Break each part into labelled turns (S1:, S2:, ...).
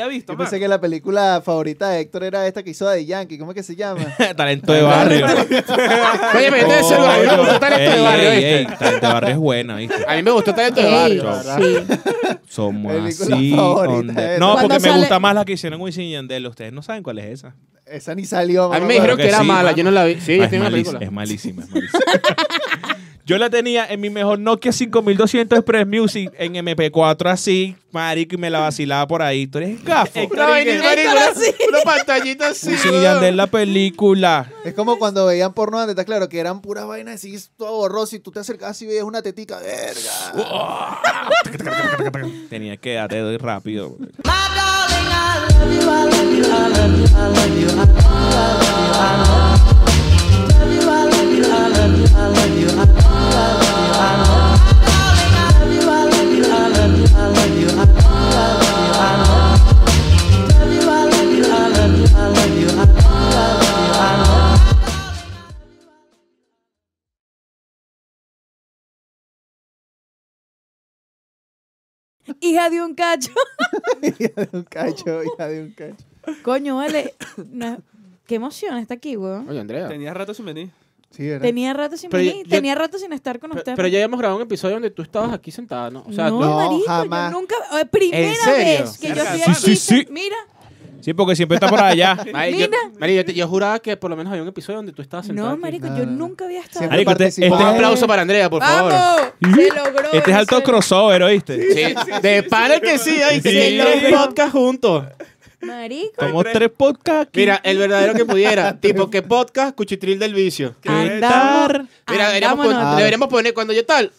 S1: había visto,
S2: Yo
S1: man.
S2: pensé que la película favorita de Héctor era esta que hizo de Yankee. ¿Cómo es que se llama?
S3: Talento de barrio. Oh,
S4: Oye, me metes ese barrio. Me gustó
S3: Ey,
S4: talento de este barrio,
S3: ey,
S4: ¿viste?
S3: ey, Talento de barrio es buena, ¿viste?
S4: A mí me gustó talento de
S5: Ey,
S4: barrio.
S5: sí.
S3: Somos
S2: Película
S3: así.
S2: favorita
S3: on the-
S2: de
S3: No,
S4: este
S5: Cuando
S3: porque me
S5: sale-
S3: gusta más la que hicieron Wisin y Yandel. Ustedes no saben cuál es esa.
S2: Esa ni salió.
S4: A mí
S2: mamá,
S4: me dijeron
S3: que
S4: que era
S3: sí,
S4: mala.
S3: mano.
S4: Yo no la vi. Sí,
S3: Ah, es,
S4: tiene una
S3: malís-
S4: película.
S3: es malísima, es malísima. Yo la tenía en mi mejor Nokia 5200 Express Music en MP4 así, marico, y me la vacilaba por ahí. Tú eres gafo.
S4: Una vainita,
S5: Héctor,
S4: una-
S5: así.
S4: Una pantallita así.
S3: Wisin y
S4: weón.
S3: Yandel la película.
S2: Es como cuando veían porno antes, está claro, que eran puras vainas así, todo borroso, y tú te acercabas y veías una tetica,
S4: Uh.
S2: verga.
S3: Tenía que darte doy rápido.
S5: Hija de un cacho.
S2: Hija de un cacho, hija de un cacho.
S5: Coño, vale. No, qué emoción está aquí, weón.
S4: Oye, Andrea.
S1: Tenía rato sin venir.
S2: Sí, ¿verdad?
S5: Tenía rato sin
S4: Pero
S5: venir,
S4: yo-
S5: tenía rato sin estar con
S4: Pero,
S5: ustedes.
S4: pero ya habíamos grabado un episodio donde tú estabas aquí sentada, ¿no? O sea,
S5: no,
S4: tú-
S2: No,
S5: marico,
S2: jamás.
S5: yo nunca, eh, primera
S4: ¿En serio?
S5: vez que yo
S1: Cerca,
S5: estoy
S1: sí,
S3: sí,
S5: aquí,
S3: sí.
S5: mira,
S3: Sí, porque siempre está por allá.
S4: Mari, yo,
S5: Mira.
S4: Mari, yo, te- yo juraba que por lo menos había un episodio donde tú estabas sentada.
S5: no,
S4: aquí.
S5: marico,
S2: No,
S5: yo
S2: no, no.
S5: nunca había estado.
S2: Siempre
S3: Marico, este-
S2: participaba.
S3: este
S4: Un
S3: es-
S4: aplauso para Andrea, por favor.
S5: ¡Vamos! Se logró.
S3: Este es alto
S5: Venezuela.
S3: crossover, ¿oíste?
S4: Sí, de pana que sí, hay
S3: Sí.
S4: tres podcasts juntos.
S5: Marico,
S3: Somos tres podcasts. aquí.
S4: Mira, el verdadero que pudiera. tipo, ¿qué podcast? Cuchitril del vicio.
S5: andamos,
S4: Mira, deberíamos,
S5: andámonos. Ah,
S4: pon- deberíamos poner cuando yo tal.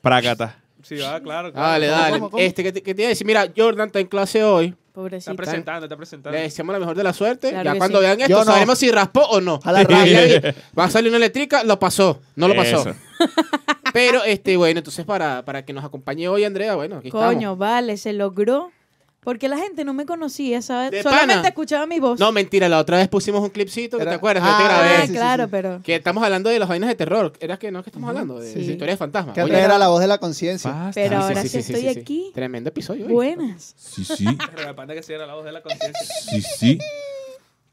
S3: Prácata.
S1: Sí, va,
S5: Ah,
S1: claro. claro.
S4: Dale,
S2: ¿Cómo,
S4: dale.
S2: cómo, cómo?
S4: Este, ¿qué te, qué te iba a decir? Mira, Jordan está en clase hoy.
S1: Está
S5: Pobrecito.
S1: presentando, está presentando.
S4: Le deseamos la mejor de la suerte.
S5: Claro
S4: ya
S5: que
S4: cuando
S5: sí.
S4: vean esto,
S2: Yo no.
S4: sabremos si raspó o no.
S2: Ojalá raspe.
S4: Va a salir una eléctrica, lo pasó. No lo pasó.
S3: Eso.
S4: Pero, este, bueno, entonces para, para que nos acompañe hoy, Andrea, bueno, aquí
S5: Coño,
S4: estamos.
S5: vale, se logró. Porque la gente no me conocía, ¿sabes?
S4: De
S5: Solamente
S4: pana.
S5: escuchaba mi voz.
S4: No, mentira, la otra vez pusimos un clipcito, que
S2: Era-
S4: ¿te acuerdas?
S2: Ah,
S4: yo te grabé.
S5: ah,
S2: sí, sí,
S5: claro,
S2: sí.
S5: pero.
S4: Que estamos hablando de las vainas de terror. ¿Era que no que estamos hablando? De
S5: sí.
S4: historias de fantasmas.
S2: Que
S4: Oye,
S2: antes era la voz de la conciencia.
S3: Basta.
S5: Pero
S4: sí,
S5: ahora
S4: sí, sí,
S5: sí,
S4: sí,
S5: estoy
S4: sí, sí.
S5: aquí.
S4: Tremendo episodio. hoy.
S5: Buenas.
S3: Sí, sí.
S1: Pero de pana que sí era la voz de la conciencia.
S3: Sí, sí.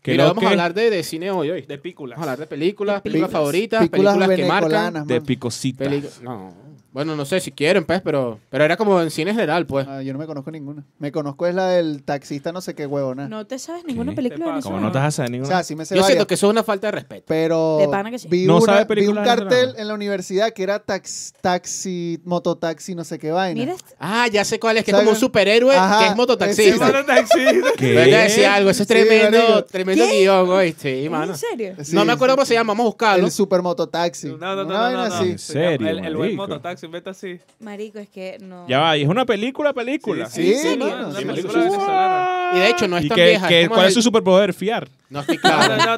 S3: Que
S4: Mira,
S3: lo
S2: ¿eh?
S4: vamos a
S3: que-
S4: hablar de, de cine hoy. hoy.
S1: De pículas.
S4: Vamos a hablar de películas,
S5: De
S4: películas
S2: Pi-
S4: favoritas, películas que marcan.
S2: venezolanas,
S3: de
S2: man.
S3: picosita.
S4: Pelicu- No. Bueno, no sé si quieren, pues, pero, pero era como en cine general, pues.
S2: Ah, yo no me conozco ninguna. Me conozco es la del taxista no sé qué huevona.
S5: No te sabes ninguna
S3: ¿Qué?
S5: película
S1: Te pasa.
S3: Como
S5: venezolana.
S3: no te vas a saber
S2: O
S3: ninguna.
S2: sea, sí me sé
S4: Yo
S2: varias,
S4: siento que eso es una falta de respeto.
S2: pero
S5: De pana que sí.
S2: vi,
S3: No
S2: una-
S3: sabe
S2: vi un
S3: películas
S2: cartel
S3: venezolanas.
S2: en la universidad que era tax, taxi, mototaxi, no sé qué vaina.
S5: Mira, este,
S4: Ah, ya sé cuál es, que es
S2: ¿Saben?
S4: como un superhéroe
S2: Ajá,
S4: que es
S1: Sí,
S4: mototaxista.
S2: ese-
S1: bueno, taxista.
S3: ¿Qué?
S4: Venga a decir algo, eso es
S2: Sí,
S4: tremendo,
S2: marico.
S4: tremendo
S5: ¿Qué?
S4: guión, hoy. Sí, mano.
S5: ¿en serio?
S2: Sí,
S4: no me acuerdo cómo se llama, vamos a buscarlo.
S2: El super mototaxi.
S1: No, no, no,
S2: Una
S1: no,
S2: vaina
S1: no, no.
S2: así.
S3: ¿En serio,
S1: El, el buen
S3: marico?
S1: mototaxi, vete así.
S5: Marico, es que no.
S3: Ya va, y es una película, película.
S2: Sí, sí,
S1: sí,
S2: mano.
S1: una- una
S4: Sí,
S1: película
S4: marico, sí.
S1: venezolana.
S4: Y de hecho no es
S3: ¿Y
S4: tan
S3: qué-
S4: vieja.
S3: qué-
S4: es como
S3: cuál es su
S4: del-
S3: superpoder? Fiar.
S4: No estoy
S1: No,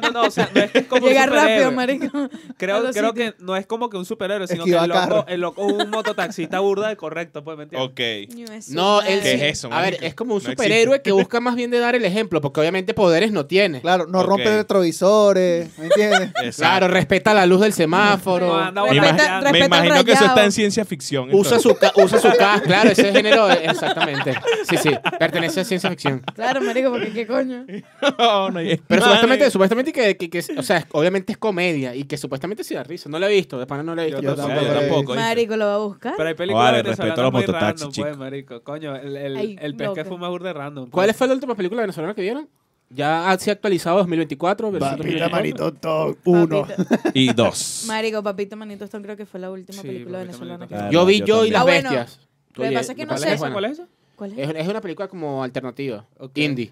S1: no, no,
S4: claro.
S1: no, no, o sea, no es que es como un
S5: Llegar rápido,
S1: superhéroe.
S5: marico.
S1: Creo,
S5: Algo
S1: creo
S5: así.
S1: que no es como que un superhéroe, sino
S2: Esquiva
S1: que el loco,
S2: carro.
S1: el loco es un mototaxista burda de correcto, pues, ¿me entiendes?
S3: Ok.
S4: No,
S5: él
S4: él
S3: ¿Qué
S4: sí-
S3: es eso,
S4: A ver,
S3: marico?
S4: es como un
S3: No existe.
S4: superhéroe que busca más bien de dar el ejemplo, porque obviamente poderes no tiene. Claro,
S2: Claro, no
S3: Ok.
S2: rompe retrovisores, ¿me entiendes?
S3: Exacto.
S4: respeta la luz del semáforo.
S1: No, anda
S3: Me,
S5: Respeta-
S3: imag-
S1: borracheando.
S3: me
S5: respeta
S3: imagino que eso
S5: rayado.
S3: está en ciencia ficción.
S4: Usa
S3: entonces.
S4: su, ca- usa su casco, claro, ese género, exactamente. Sí, sí, pertenece a ciencia ficción.
S5: Claro, marico, porque qué coño.
S3: No, no hay-
S4: Pero
S3: Madre.
S4: supuestamente, supuestamente que, que- que- o sea, obviamente es comedia y que supuestamente sí da risa. No la he visto, de pana no la he visto.
S1: Yo
S4: pero-
S3: Yo
S2: Tampoco.
S3: tampoco. ¿viste?
S5: Marico, lo va a buscar.
S1: Pero hay películas
S3: Vale,
S1: venezolanas
S3: respeto a los
S1: muy
S3: mototaxis,
S1: random,
S3: chico.
S1: pues, marico. Coño, el, el,
S5: Ay,
S1: el pez que
S5: loco.
S1: fuma burda de random. pues.
S4: ¿Cuál fue la última película venezolana que vieron? Ya ha- se ha actualizado 2024. versión 2024.
S2: Top
S5: Papito-
S3: Y dos.
S5: Marico, Papito Manito Stone creo que fue la última
S1: Sí,
S5: película
S1: Papito
S5: venezolana.
S1: Manito
S5: que-
S3: Stone.
S4: Yo vi
S3: Yo
S4: Yo y
S3: también.
S4: las
S5: Ah, bueno.
S4: bestias.
S5: Lo que
S4: Oye,
S5: pasa es que
S4: ¿de
S5: no
S4: cuál
S5: sé.
S4: es buena?
S1: ¿Cuál es esa?
S5: ¿Cuál es?
S4: Es, es una película como alternativa,
S1: Ok.
S4: indie.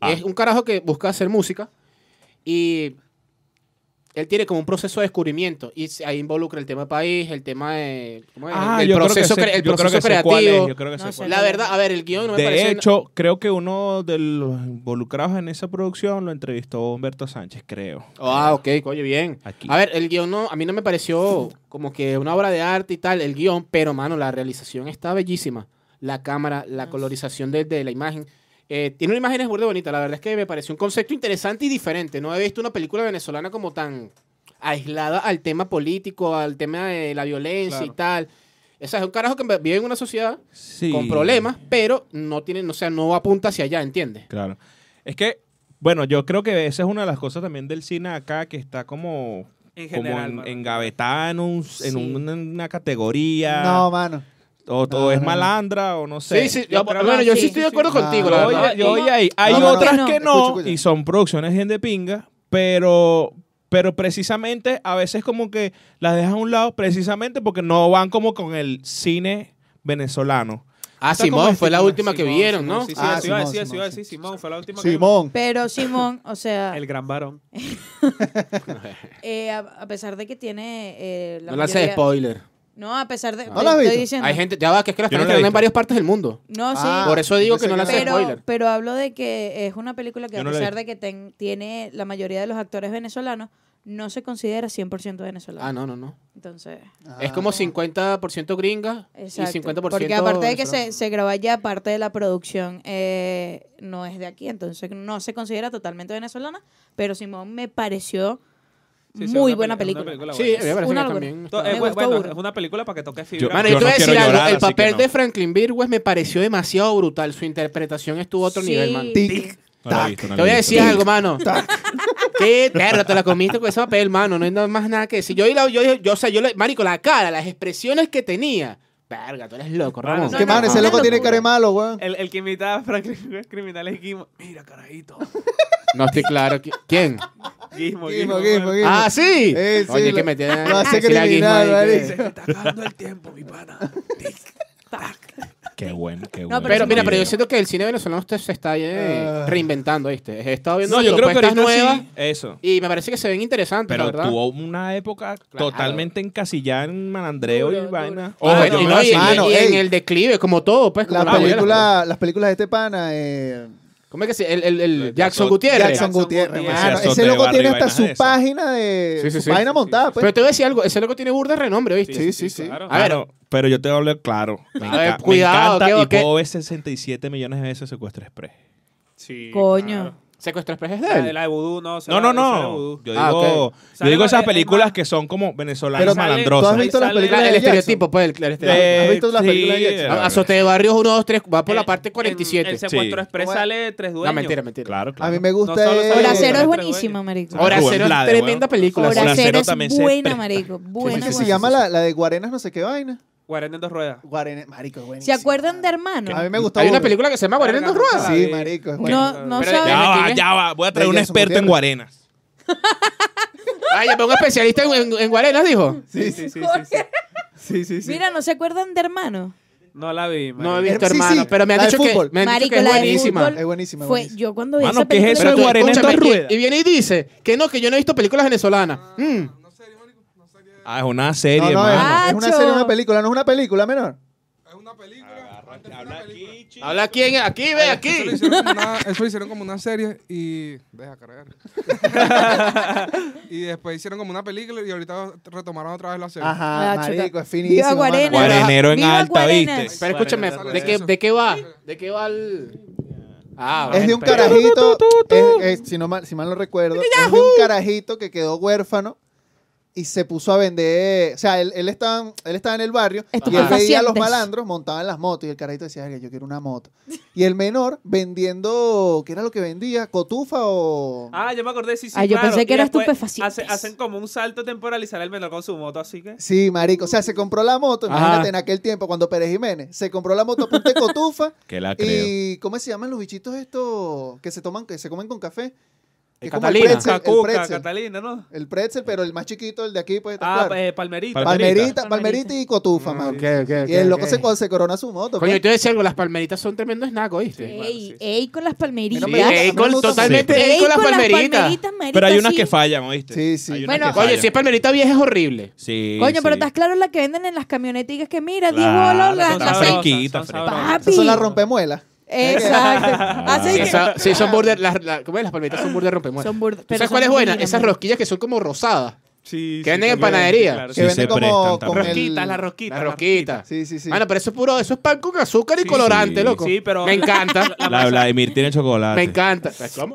S3: Ah.
S4: Es un carajo que busca hacer música y él tiene como un proceso de descubrimiento y se- ahí involucra el tema país, el tema de ¿cómo es?
S3: Ah,
S4: el
S3: yo creo que
S4: proceso,
S3: sé-
S4: cre- el
S3: yo creo
S4: proceso
S3: que sé cuál es,
S4: creativo.
S3: yo creo que sé
S5: No
S3: cuál
S5: sé.
S3: es.
S4: La verdad, a ver, el guión no me
S3: De
S4: parece
S3: hecho, creo que uno de los involucrados en esa producción lo entrevistó Humberto Sánchez, creo.
S4: Ah, ok, coño, bien.
S3: Aquí.
S4: A ver, el guión no, a mí no me pareció como que una obra de arte y tal, el guión, pero mano, la realización está bellísima. La cámara, la colorización de, de la imagen. Eh, tiene una imagen es burda bonita, la verdad es que me pareció un concepto interesante y diferente. No he visto una película venezolana como tan aislada al tema político, al tema de la violencia y
S1: Claro.
S4: tal. O sea, es un carajo que vive en una sociedad
S3: Sí.
S4: con problemas, pero no tiene, o sea, no apunta hacia allá, ¿entiendes?
S3: Claro. Es que, bueno, yo creo que esa es una de las cosas también del cine acá que está como,
S1: En
S3: como
S1: general.
S3: en-
S1: mano.
S3: engavetada en, un- en un- en una categoría.
S2: No, mano.
S3: o todo
S2: no,
S3: es
S2: no.
S3: malandra o no sé.
S4: Sí, sí,
S1: Yo,
S4: yo-
S1: pero
S4: bueno,
S1: no,
S4: yo
S5: sí,
S4: sí estoy de
S1: sí,
S4: acuerdo
S2: sí.
S4: contigo,
S2: No,
S4: la
S3: Yo,
S4: verdad.
S3: yo- yo- hay hay
S2: No, no, no.
S3: otras que
S5: Escucha,
S3: no
S2: escucha.
S3: y son producciones bien de pinga, pero pero precisamente a veces como que las dejas a un lado precisamente porque no van como con el cine venezolano.
S4: Ah,
S1: Está como
S4: Simón,
S1: este
S4: fue la
S1: Simón,
S4: última que
S1: Simón,
S4: vieron,
S1: Simón,
S4: ¿no?
S1: Sí, sí,
S2: Ah,
S1: eso iba a
S2: Simón,
S1: decir, eso iba a
S2: Simón,
S1: decir, Simón, fue la última que vimos.
S2: Simón.
S5: Pero Simón, o sea,
S1: El gran varón.
S5: eh, a, a pesar de que tiene. eh, la
S4: No lances
S5: mayoría-
S4: spoiler.
S5: No, a pesar de.
S4: No
S5: te
S2: la has
S5: estoy
S2: visto.
S5: diciendo-
S4: Hay gente, ya va, que es que las
S3: Yo no
S4: películas
S3: la he
S4: están en
S3: visto.
S4: varias partes del mundo.
S5: No, sí.
S2: Ah,
S4: Por eso digo que
S2: pensé
S4: no
S2: que
S4: lances
S2: era-
S5: pero,
S4: spoiler.
S5: pero hablo de que es una película que
S3: Yo
S5: a
S3: no la he
S5: pesar de que ten- tiene la mayoría de los actores venezolanos, no se considera 100% venezolano.
S4: Ah, no, no, no.
S5: Entonces,
S4: Es
S2: Ah.
S4: como 50% gringa
S5: exacto.
S4: y 50%.
S5: Porque aparte de que se,
S4: venezolana.
S5: se graba ya parte de la producción, eh, no es de aquí, entonces no se considera totalmente venezolana, pero Simón me pareció
S1: Sí, sí,
S5: muy
S1: una
S5: buena
S1: peli-
S5: película.
S1: una película
S4: Sí,
S1: buena.
S4: me parece
S5: Una
S4: que
S5: locura.
S4: también.
S1: To-
S4: está-
S1: eh,
S5: Me
S1: bu-
S5: gustó
S1: bueno,
S5: burda.
S1: es una película para que toque
S3: Yo-
S1: fibra.
S4: Mano,
S1: Yo-
S4: yo,
S3: no
S4: te voy a
S3: quiero
S4: decir algo.
S3: llorar,
S4: el
S3: así que
S4: papel
S3: no.
S4: de Franklin Virgües me pareció demasiado brutal. Su interpretación estuvo a otro
S5: Sí.
S4: nivel, man.
S2: Tic.
S3: No la he
S2: Tac.
S3: visto, no la
S4: Te voy
S3: he
S4: a
S3: visto.
S4: decir algo, mano. Qué perro, te la comiste con ese papel, mano. No hay nada- más nada que decir. Yo, y la- yo, yo, yo, o sea, yo, le- marico, la cara, las expresiones que tenía. Verga, tú eres loco,
S1: Mano,
S4: Ramón.
S1: no,
S2: Que
S1: no,
S2: man,
S1: no,
S2: ese
S1: no,
S2: loco
S1: no,
S2: tiene
S1: no.
S2: cara de malo, weón.
S6: Eh,
S1: El, el que imitaba a Frank Criminal es Guimo. Mira, carajito.
S4: No estoy claro. qui- ¿Quién?
S1: Guimo,
S2: Guimo,
S1: Guimo.
S2: guimo,
S1: bueno.
S2: guimo.
S4: Ah, sí.
S2: Eh, sí,
S4: Oye,
S2: lo-
S4: que me tiene.
S2: lo hace
S4: decir a Guismo ahí
S2: criminal,
S4: que-
S2: marico.
S1: Se te está acabando el tiempo, mi pana. Tic, tac.
S3: Qué bueno, qué bueno.
S5: No,
S4: Pero mira, pero yo
S3: video.
S4: siento que el cine venezolano usted se está eh,
S2: Ah.
S4: reinventando, ¿viste? He estado viendo
S3: No, yo creo que
S4: propuestas
S3: ahorita
S4: nuevas
S3: sí, eso.
S4: y me parece que se ven interesantes, la
S3: Pero
S4: verdad.
S3: tuvo una época
S4: Claro.
S3: totalmente encasillada en malandreo y
S5: Duro,
S3: vaina.
S4: Ojo,
S3: Ah,
S4: y,
S3: no,
S4: no,
S3: no,
S4: y-
S3: sí,
S2: mano,
S4: y en
S2: ey.
S4: el declive, como todo, pues. Como
S2: La
S4: la novela.
S2: película, las películas de este pana, eh,
S4: ¿Cómo es que se El, el- el
S3: Jackson-
S4: Jackson Gutiérrez.
S2: Jackson Gutiérrez,
S1: Gutiérrez.
S2: mano.
S3: Ese
S2: Ese
S3: azote
S2: loco
S3: de
S2: tiene
S3: barrio y
S2: hasta
S3: vainas de
S2: su
S3: esas.
S2: página de
S4: Sí, sí,
S2: su
S4: sí.
S2: página
S1: Sí, sí,
S2: montada, pues.
S4: Pero te voy a decir algo, ese loco tiene burda de renombre, ¿viste?
S2: Sí, sí, sí.
S1: claro.
S4: A ver.
S3: Mano, pero yo te voy a hablar claro. Me,
S4: A ver,
S3: enca- me
S4: cuidado,
S3: encanta
S4: ¿qué-
S3: y
S4: qué?
S3: puedo ver 67 millones de veces Secuestro Express.
S1: Sí,
S5: Coño.
S1: claro.
S4: Secuestro Express es de
S1: La de,
S4: él.
S1: la de Vudú, no. esa
S3: No,
S1: era-
S3: no,
S1: esa era de
S3: no.
S1: Vudú.
S3: Yo
S4: Ah,
S3: digo,
S4: ok.
S3: yo digo
S1: Sale-
S3: esas
S1: eh,
S3: películas
S1: más-
S3: que son como venezolanas
S2: Pero- ¿tú
S3: malandrosas.
S2: has visto las
S1: Sale-
S2: películas
S4: La-
S2: de
S4: el
S2: Jackson?
S4: estereotipo, pues. El, el estereotipo.
S3: Eh,
S2: ¿Has visto las películas de
S3: sí,
S2: Jackson?
S4: Ah, Azote de Barrios 1 2, 3, va por la parte 47.
S1: El, el secuestro
S3: Sí.
S1: express
S2: ¿Cómo es?
S1: sale tres dueños.
S4: no, mentira, mentira.
S3: Claro, claro.
S2: A mí me gusta.
S1: No solo
S2: eh,
S1: sabe-
S5: Hora
S1: Horacero
S5: Cero
S1: Tres
S5: es
S1: dueños.
S5: buenísima, marico.
S3: Ahora-
S4: Hora
S3: Rubén
S4: Cero es
S3: Blades,
S4: tremenda
S3: weón.
S4: película.
S5: Hora
S3: Hora Cero
S5: Cero
S3: también
S5: es
S3: se
S5: buena,
S3: pre-
S5: marico.
S2: ¿Cómo es
S5: Buena,
S2: que se
S5: buena.
S2: llama la, la de Guarenas no sé qué vaina?
S1: Guardián en dos ruedas.
S2: Guarenas, marico, buenísimo.
S5: ¿Se acuerdan de Hermano?
S2: A mí me gustó.
S4: Hay una
S2: burda.
S4: película que se llama Guardián en dos ruedas.
S2: Sí, marico, es bueno.
S5: No, no
S4: Pero-
S5: saben.
S3: Ya va,
S4: ¿Quién es?
S3: ya va. Voy a traer
S2: De
S3: un
S2: Jackson
S3: experto en
S2: Gutiérrez.
S3: Guarenas.
S4: Ah, ya un especialista en, en, en Guarenas, dijo.
S1: Sí, sí, sí, sí, sí. Sí, sí, sí.
S5: Mira, ¿no se acuerdan de Hermano?
S1: No la vi,
S4: No
S1: marico.
S4: he visto
S2: Sí, sí,
S4: hermano, pero me han
S2: la de
S4: dicho que,
S2: fútbol.
S4: me han dicho
S5: Marico,
S4: que es
S5: la de
S4: buenísima.
S5: fútbol
S2: Es buenísima,
S5: Fue,
S2: buenísima.
S5: yo cuando vi
S3: Mano,
S5: esa
S3: ¿qué es
S5: película...
S3: eso
S4: Pero
S3: de
S4: tú,
S3: Guarenas en
S4: escúchame,
S3: dos
S4: y-
S3: ruedas.
S4: Y, viene y dice que no, que yo no he visto películas venezolanas. Mm.
S3: Ah, es una serie,
S2: no, no, es,
S3: mano.
S5: hermano.
S2: es una serie, una pelélula, no es una película menor.
S7: Es una película. antes fue una película.
S4: Habla aquí, en- aquí, ve, aquí.
S7: Eso lo, hicieron como una, eso lo hicieron como una serie y. Deja cargar. y después hicieron como una película y ahorita retomaron otra vez la serie.
S2: Ajá,
S5: Ah,
S2: marico,
S5: chuta.
S2: es finísimo.
S5: Viva Guarenas.
S2: mano.
S3: Guarenero en
S5: Viva
S3: alta,
S5: Guarenas.
S3: ¿viste?
S4: Pero escúchame,
S7: Guarenas,
S4: ¿de qué,
S7: eso.
S4: ¿de qué va? ¿De qué va el...? Ah,
S2: Es de un
S4: bueno, pero-
S2: carajito, es- es- si, no mal, si mal no recuerdo, es de un carajito que quedó huérfano y se puso a vender. O sea, él, él estaba, él estaba en el barrio y él veía a los
S5: Estupefacientes.
S2: malandros, montaban las motos y el carajito decía, "Ay, yo quiero una moto. Y el menor vendiendo, ¿qué era lo que vendía? ¿Cotufa o.?
S1: Ah, yo me acordé, sí, sí,
S5: Ah, yo
S1: claro.
S5: pensé
S1: Y
S5: que era
S1: después
S5: estupefacientes.
S1: hace- Hacen como un salto temporal y sale el menor con su moto, así que...
S2: Sí, marico. O sea, se compró la moto.
S4: Ajá.
S2: Imagínate en aquel tiempo cuando Pérez Jiménez se compró la moto a punta de cotufa.
S3: Que la creo.
S2: y ¿cómo se llaman los bichitos estos que se toman, que se comen con café? Que es como
S4: Catalina.
S2: pretzel,
S1: Cacuca,
S2: pretzel.
S1: Catalina, ¿no?
S2: El pretzel, pero el más chiquito, el de aquí, pues. está
S1: Ah,
S2: claro.
S1: eh, Palmerita.
S3: Palmerita.
S2: Palmerita, Palmerita y Cotufa, man.
S4: Mm, Ok, ok,
S2: Y el
S4: ok,
S2: loco
S4: ok.
S2: se, se corona su moto.
S4: Coño,
S2: pues.
S4: yo te voy a decir algo, las palmeritas son tremendo snack, ¿oíste?
S5: Ey,
S1: sí, sí.
S5: ey con las palmeritas.
S2: Sí, ey,
S4: Ey,
S2: a mí me
S4: con-
S2: gusta
S4: totalmente
S5: Ey,
S4: ey con las palmeritas.
S5: palmeritas, marico,
S3: Pero hay unas
S5: sí.
S3: que fallan, ¿oíste?
S2: Sí, sí.
S3: Hay unas
S5: Bueno,
S3: que
S4: Oye,
S3: fallan.
S4: si es palmerita vieja es horrible.
S3: Sí,
S5: Coño, pero
S3: sí.
S5: estás claro la que venden en las camioneticas que mira, 10
S3: Claro,
S5: bolos, la-
S3: son
S5: la
S1: sabrosas,
S5: seis.
S3: fresquitas,
S1: son
S3: fresquitas.
S1: sabrosas.
S5: Papi.
S2: Esas son las rompemuelas.
S5: Exacto. Así
S4: Sí,
S5: que-
S4: esa- sí, son burder, las, la- ¿cómo es? Las palmeritas son burder rompemuelas.
S5: Son burda-
S4: ¿Tú
S5: pero
S4: sabes
S5: son
S4: cuál es
S5: muy
S4: buena?
S5: lindas,
S4: Esas
S5: marico.
S4: rosquillas que son como rosadas.
S1: Sí,
S4: Que venden en
S1: también,
S4: panadería.
S1: claro,
S2: Que
S1: sí.
S3: se
S2: venden como
S3: prestan
S2: con
S3: también.
S2: el...
S1: Rosquitas, las rosquitas.
S4: Las rosquitas.
S2: Sí, sí, sí.
S4: Mano, pero eso es puro, eso es pan con azúcar y
S1: Sí,
S4: colorante,
S3: sí.
S4: loco.
S1: Sí, pero-
S4: Me encanta.
S3: La Vladimir tiene chocolate.
S4: Me encanta. ¿Cómo?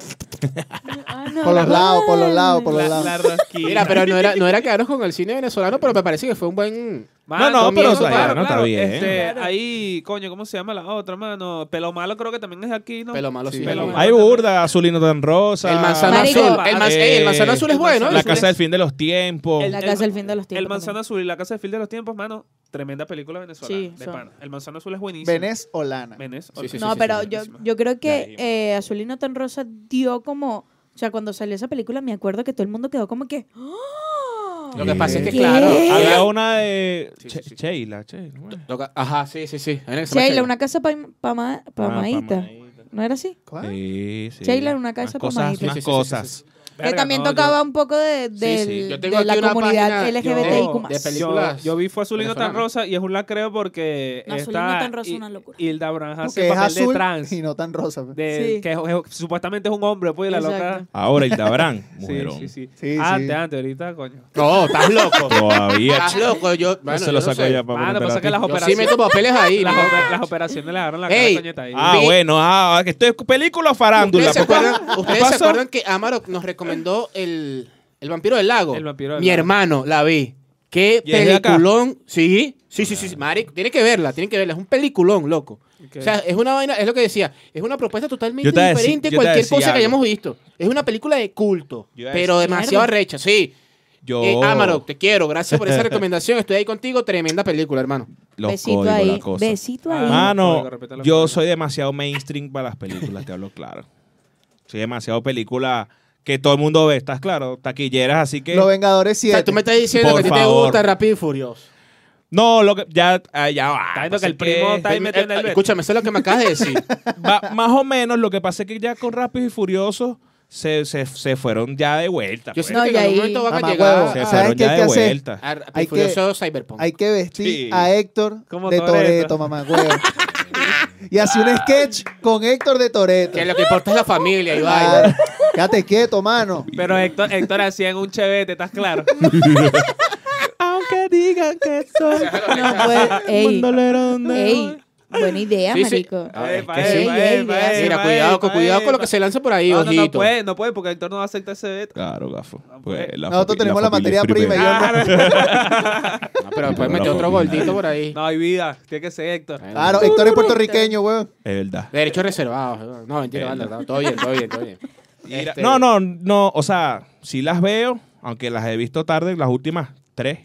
S5: Ah, no.
S2: Por los lados, por los lados, por los
S1: La,
S2: lados.
S1: la rosquita.
S4: Mira, pero no era, no era quedarnos con el cine venezolano, pero me parece que fue un buen,
S6: Mano,
S3: no, pero
S6: comienzo,
S3: eso ahí,
S6: claro,
S3: no, está
S6: claro.
S3: bien.
S6: Este, ahí, coño, ¿cómo se llama la otra, mano? Pelo malo creo que también es de aquí, ¿no?
S4: Pelo malo, sí.
S6: Pelo
S3: Hay burda, azulino tan rosa.
S4: El manzano
S5: Marico,
S4: azul. El, man-
S3: eh,
S4: ey, el manzano azul es
S6: el
S4: bueno.
S6: manzano
S3: La
S4: ¿eh?
S3: casa del fin de los tiempos.
S5: La casa del fin de los tiempos.
S6: El Manzano
S5: también.
S6: Azul y La Casa del Fin de los Tiempos, mano, tremenda película venezolana.
S5: Sí,
S6: de
S5: son.
S6: pana. El Manzano Azul es buenísimo.
S2: Venezolana.
S6: Venez.
S4: Sí, sí, sí,
S5: No,
S4: sí,
S5: pero
S4: sí,
S5: yo,
S6: buenísima.
S5: yo creo
S3: Ya
S5: que
S3: dijimos.
S5: eh, Azul y No tan Rosa dio como. O sea, cuando salió esa película, me acuerdo que todo el mundo quedó como que. ¡Ah!
S4: Lo que pasa es que,
S5: ¿Qué?
S4: claro.
S3: Había
S4: había-
S3: una de
S4: Sí,
S3: Che-
S4: sí, sí.
S3: Sheila, Sheila, ¿no es?
S4: lo que- Ajá, sí, sí, sí. Hay una que se llama
S5: Sheila,
S4: Sheila.
S5: una casa pam- pama- pamadita.
S3: Ah,
S5: ¿No era así?
S2: ¿Cuál?
S3: Sí, sí.
S5: Sheila en una
S3: Unas
S5: casa
S3: cosas,
S5: pamadita.
S3: unas
S4: Sí, sí, sí,
S3: cosas.
S4: sí,
S5: que también
S6: no, yo-
S5: tocaba un poco de, del-
S4: sí. Yo tengo
S5: de la
S4: aquí una
S5: comunidad
S4: página-
S5: LGBTIQ.
S4: de
S5: más.
S6: Yo,
S4: películas
S6: yo vi fue Azulino tan
S4: venezolanas.
S6: rosa y es un lacreo porque
S5: No, Azulino
S6: está
S5: tan rosa es
S6: Hi-
S5: una locura.
S6: Hilda Branja hace
S2: Porque es
S6: papel de
S2: azul
S6: trans,
S2: y no tan rosa. pues.
S6: de-
S5: Sí.
S6: que es- es- supuestamente es un hombre, pues y la loca.
S5: Exacto.
S3: Ahora, Hildabrán,
S6: Sí,
S3: mujerón.
S6: sí, sí.
S2: Sí,
S6: Antes,
S2: sí.
S6: antes, ahorita, coño.
S4: No, estás loco.
S3: Todavía.
S4: Estás loco. Yo, Ah, bueno,
S3: se
S4: yo
S3: lo
S4: no
S3: sacó
S4: sé.
S3: ya
S6: Mano,
S3: para
S6: pasa que las
S4: Yo
S6: operaciones.
S4: sí meto papeles ahí.
S6: las,
S4: ¿no?
S6: ope- las operaciones le agarran la
S4: Ey,
S6: cara coñeta ahí.
S3: Ah,
S4: Vi-
S3: bueno, ah, que esto es película farándula.
S4: ¿Ustedes se
S3: papá.
S4: acuerdan, ustedes se
S3: pasó?
S4: acuerdan que Amaro nos recomendó el, el vampiro del lago?
S6: El vampiro del
S4: Mi
S6: lago.
S4: hermano, la vi. Qué
S3: ¿Y es de acá?
S4: peliculón. Sí, sí, sí, sí, sí. Marico, tiene que verla, tiene que verla. Es un peliculón, loco.
S6: Ok.
S4: O sea, es una vaina, es lo que decía, es una propuesta totalmente
S3: Yo te voy a decir-
S4: diferente
S3: yo
S4: a
S3: te voy a
S4: cualquier
S3: decir
S4: cosa que
S3: algo.
S4: hayamos visto. Es una película de culto,
S3: Yo iba a
S4: pero
S5: decir-
S4: demasiado
S5: Mierda.
S4: recha, sí.
S3: Yo.
S4: Eh, Amaro, te quiero, gracias por esa recomendación, estoy ahí contigo, tremenda película, hermano.
S3: Los
S5: Besito
S3: códigos,
S5: ahí.
S3: la cosa.
S5: Besito ahí.
S6: Ah,
S3: Mano,
S6: Código, respeta los
S3: yo
S6: códigos.
S3: soy demasiado mainstream para las películas, te hablo claro. Soy demasiado película que todo el mundo ve, ¿estás claro? Taquilleras, así que...
S2: Los Vengadores
S4: O
S2: 7.
S4: sea, tú me estás diciendo
S3: Por
S4: que a ti te
S3: favor.
S4: gusta Rápido y Furioso.
S3: No, lo que... Ya, ah, ya va.
S6: Está viendo
S3: pasa
S6: que el primo está ahí
S4: Eh,
S6: metiendo
S4: eh,
S6: el beso.
S4: Escúchame, eso es lo que me acabas de decir.
S3: va- Más o menos, lo que pasa es que ya con Rápidos y Furiosos se, se, se fueron ya de vuelta.
S4: Yo
S3: pues.
S4: siento
S5: No,
S4: que
S5: y
S4: en
S5: ahí-
S4: algún momento van a
S2: Mamá
S4: llegar
S2: huevo,
S3: Se
S4: a,
S2: ¿sabes
S3: fueron
S2: qué hay
S3: ya
S2: Ah, que
S3: de
S2: hacer?
S3: vuelta.
S4: a- a
S2: Hay
S4: Furioso Cyberpunk.
S2: Hay que vestir
S3: Sí.
S2: a Héctor
S6: Como
S2: de
S6: Toretto.
S2: Toreto, mamá, güey. y así un sketch con Héctor de Toreto.
S4: Que lo que importa es la familia, Ibai.
S2: Quédate quieto, mano.
S6: Pero Héctor, Héctor hacía en un chevete, ¿estás claro?
S3: Aunque digan que soy
S5: No puede- ey,
S3: de
S5: ey, buena idea,
S4: Sí, sí.
S5: marico.
S4: Ah, es
S6: Epa,
S4: que sí.
S5: Ey,
S6: epa, epa,
S5: ey,
S6: epa,
S5: ey.
S4: Mira,
S6: epa,
S4: cuidado, con,
S6: epa,
S4: cuidado con lo
S6: epa.
S4: que se lanza por ahí,
S6: No, no,
S4: ojito.
S6: no puede, no puede porque Héctor no acepta ese veto.
S3: Claro, gafo.
S6: Pues,
S3: Pues, la
S2: Nosotros
S3: fabi-
S2: tenemos la
S3: familia
S2: materia
S3: es
S2: prima,
S3: primero.
S6: Ah,
S2: yo no.
S4: No, pero después mete otro
S3: Bravo.
S4: gordito por ahí.
S6: No hay vida, tiene que ser Héctor.
S4: Bueno,
S2: Claro, Ah, Héctor es puertorriqueño, güey.
S3: Es verdad.
S4: Derechos reservados. No, mentira,
S3: Bueno.
S4: banda, Todo bien, todo bien, todo bien.
S3: Mira,
S4: Este-
S3: No, no, no, o sea, sí las veo, aunque las he visto tarde, las últimas tres.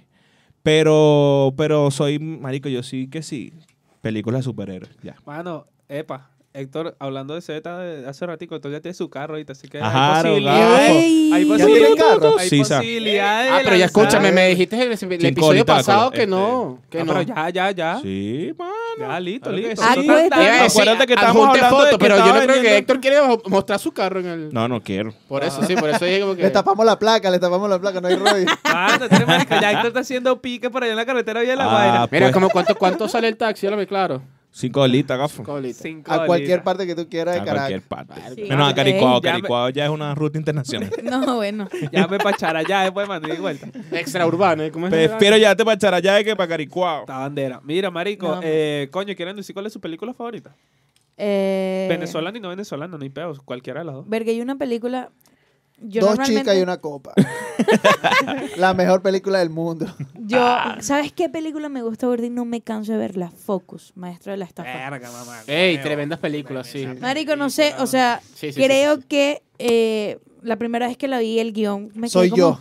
S3: Pero, pero soy, marico, yo sí que sí. Películas de superhéroes, ya.
S6: Mano, epa. Héctor, hablando de Z de hace ratico, Héctor ya tiene su carro ahorita, así que
S3: Ajá,
S6: hay
S3: rogazo.
S6: posibilidades. Hay
S2: ¿Ya tiene
S6: posibilidades.
S2: carro?
S6: Hay
S3: Sí, sa-
S6: posibilidades.
S4: Ah,
S6: de
S4: pero ya
S6: lanzar-
S4: escúchame, me dijiste el, el
S3: Sin
S4: episodio
S3: colita,
S4: pasado
S3: con-
S4: que no.
S3: este-
S4: Que
S6: Ah,
S4: no.
S6: pero ya, ya, ya.
S3: Sí, mano.
S6: Ya, listo,
S3: Claro que
S6: listo.
S3: sí.
S6: Eso está-
S5: Acuérdate.
S4: Iba a
S3: Acuérdate
S4: decir,
S3: que estábamos
S4: adjunte
S3: hablando de que
S4: pero yo no
S3: estaba
S4: creo que
S3: vendiendo-
S4: Héctor quiere mostrar su carro en el.
S3: No, no quiero.
S4: Por eso sí, por eso es como que.
S2: Le tapamos la placa, le tapamos la placa, no hay rollo.
S6: Mano, tiene marica, ya Héctor está haciendo pique por allá en la carretera Vía de la
S3: Ah,
S6: Guaira.
S4: Mira,
S3: Pues-
S4: como cuánto, cuánto sale el taxi, ya lo me claro.
S3: Cinco colitas, gafo.
S4: Colita.
S6: Cinco
S2: A cualquier
S6: bolitas.
S2: parte que tú quieras de
S3: A cualquier
S2: Caracas.
S3: parte.
S5: Sí.
S3: Menos a Caricuao.
S5: Ey,
S6: ya me-
S3: Caricuao ya es una ruta internacional.
S5: No, bueno.
S6: Llame para echar allá después de Madrid y vuelta.
S4: Extraurbano, ¿eh? ¿Cómo es?
S3: Prefiero llevarte para Charayá que para Caricuao.
S6: Esta bandera. Mira, marico,
S5: No.
S6: eh, coño, ¿quieren decir cuál es su película favorita?
S5: Eh,
S6: Venezolana y no venezolana, no hay peos, cualquiera de las dos.
S5: Verga, hay una película. Yo
S2: Dos
S5: normalmente-
S2: chicas y una copa. la mejor película del mundo.
S5: Yo,
S4: Ah.
S5: ¿sabes qué película me gusta ver y no me canso de verla? Focus, maestro de la estafa.
S6: Verga, mamá.
S4: Ey, tremendas películas, sí.
S5: Marico, no sé, o sea,
S4: Sí, sí, sí,
S5: creo
S4: sí,
S5: que eh, la primera vez que la vi el guión me quedé
S2: Soy
S5: como-
S2: yo.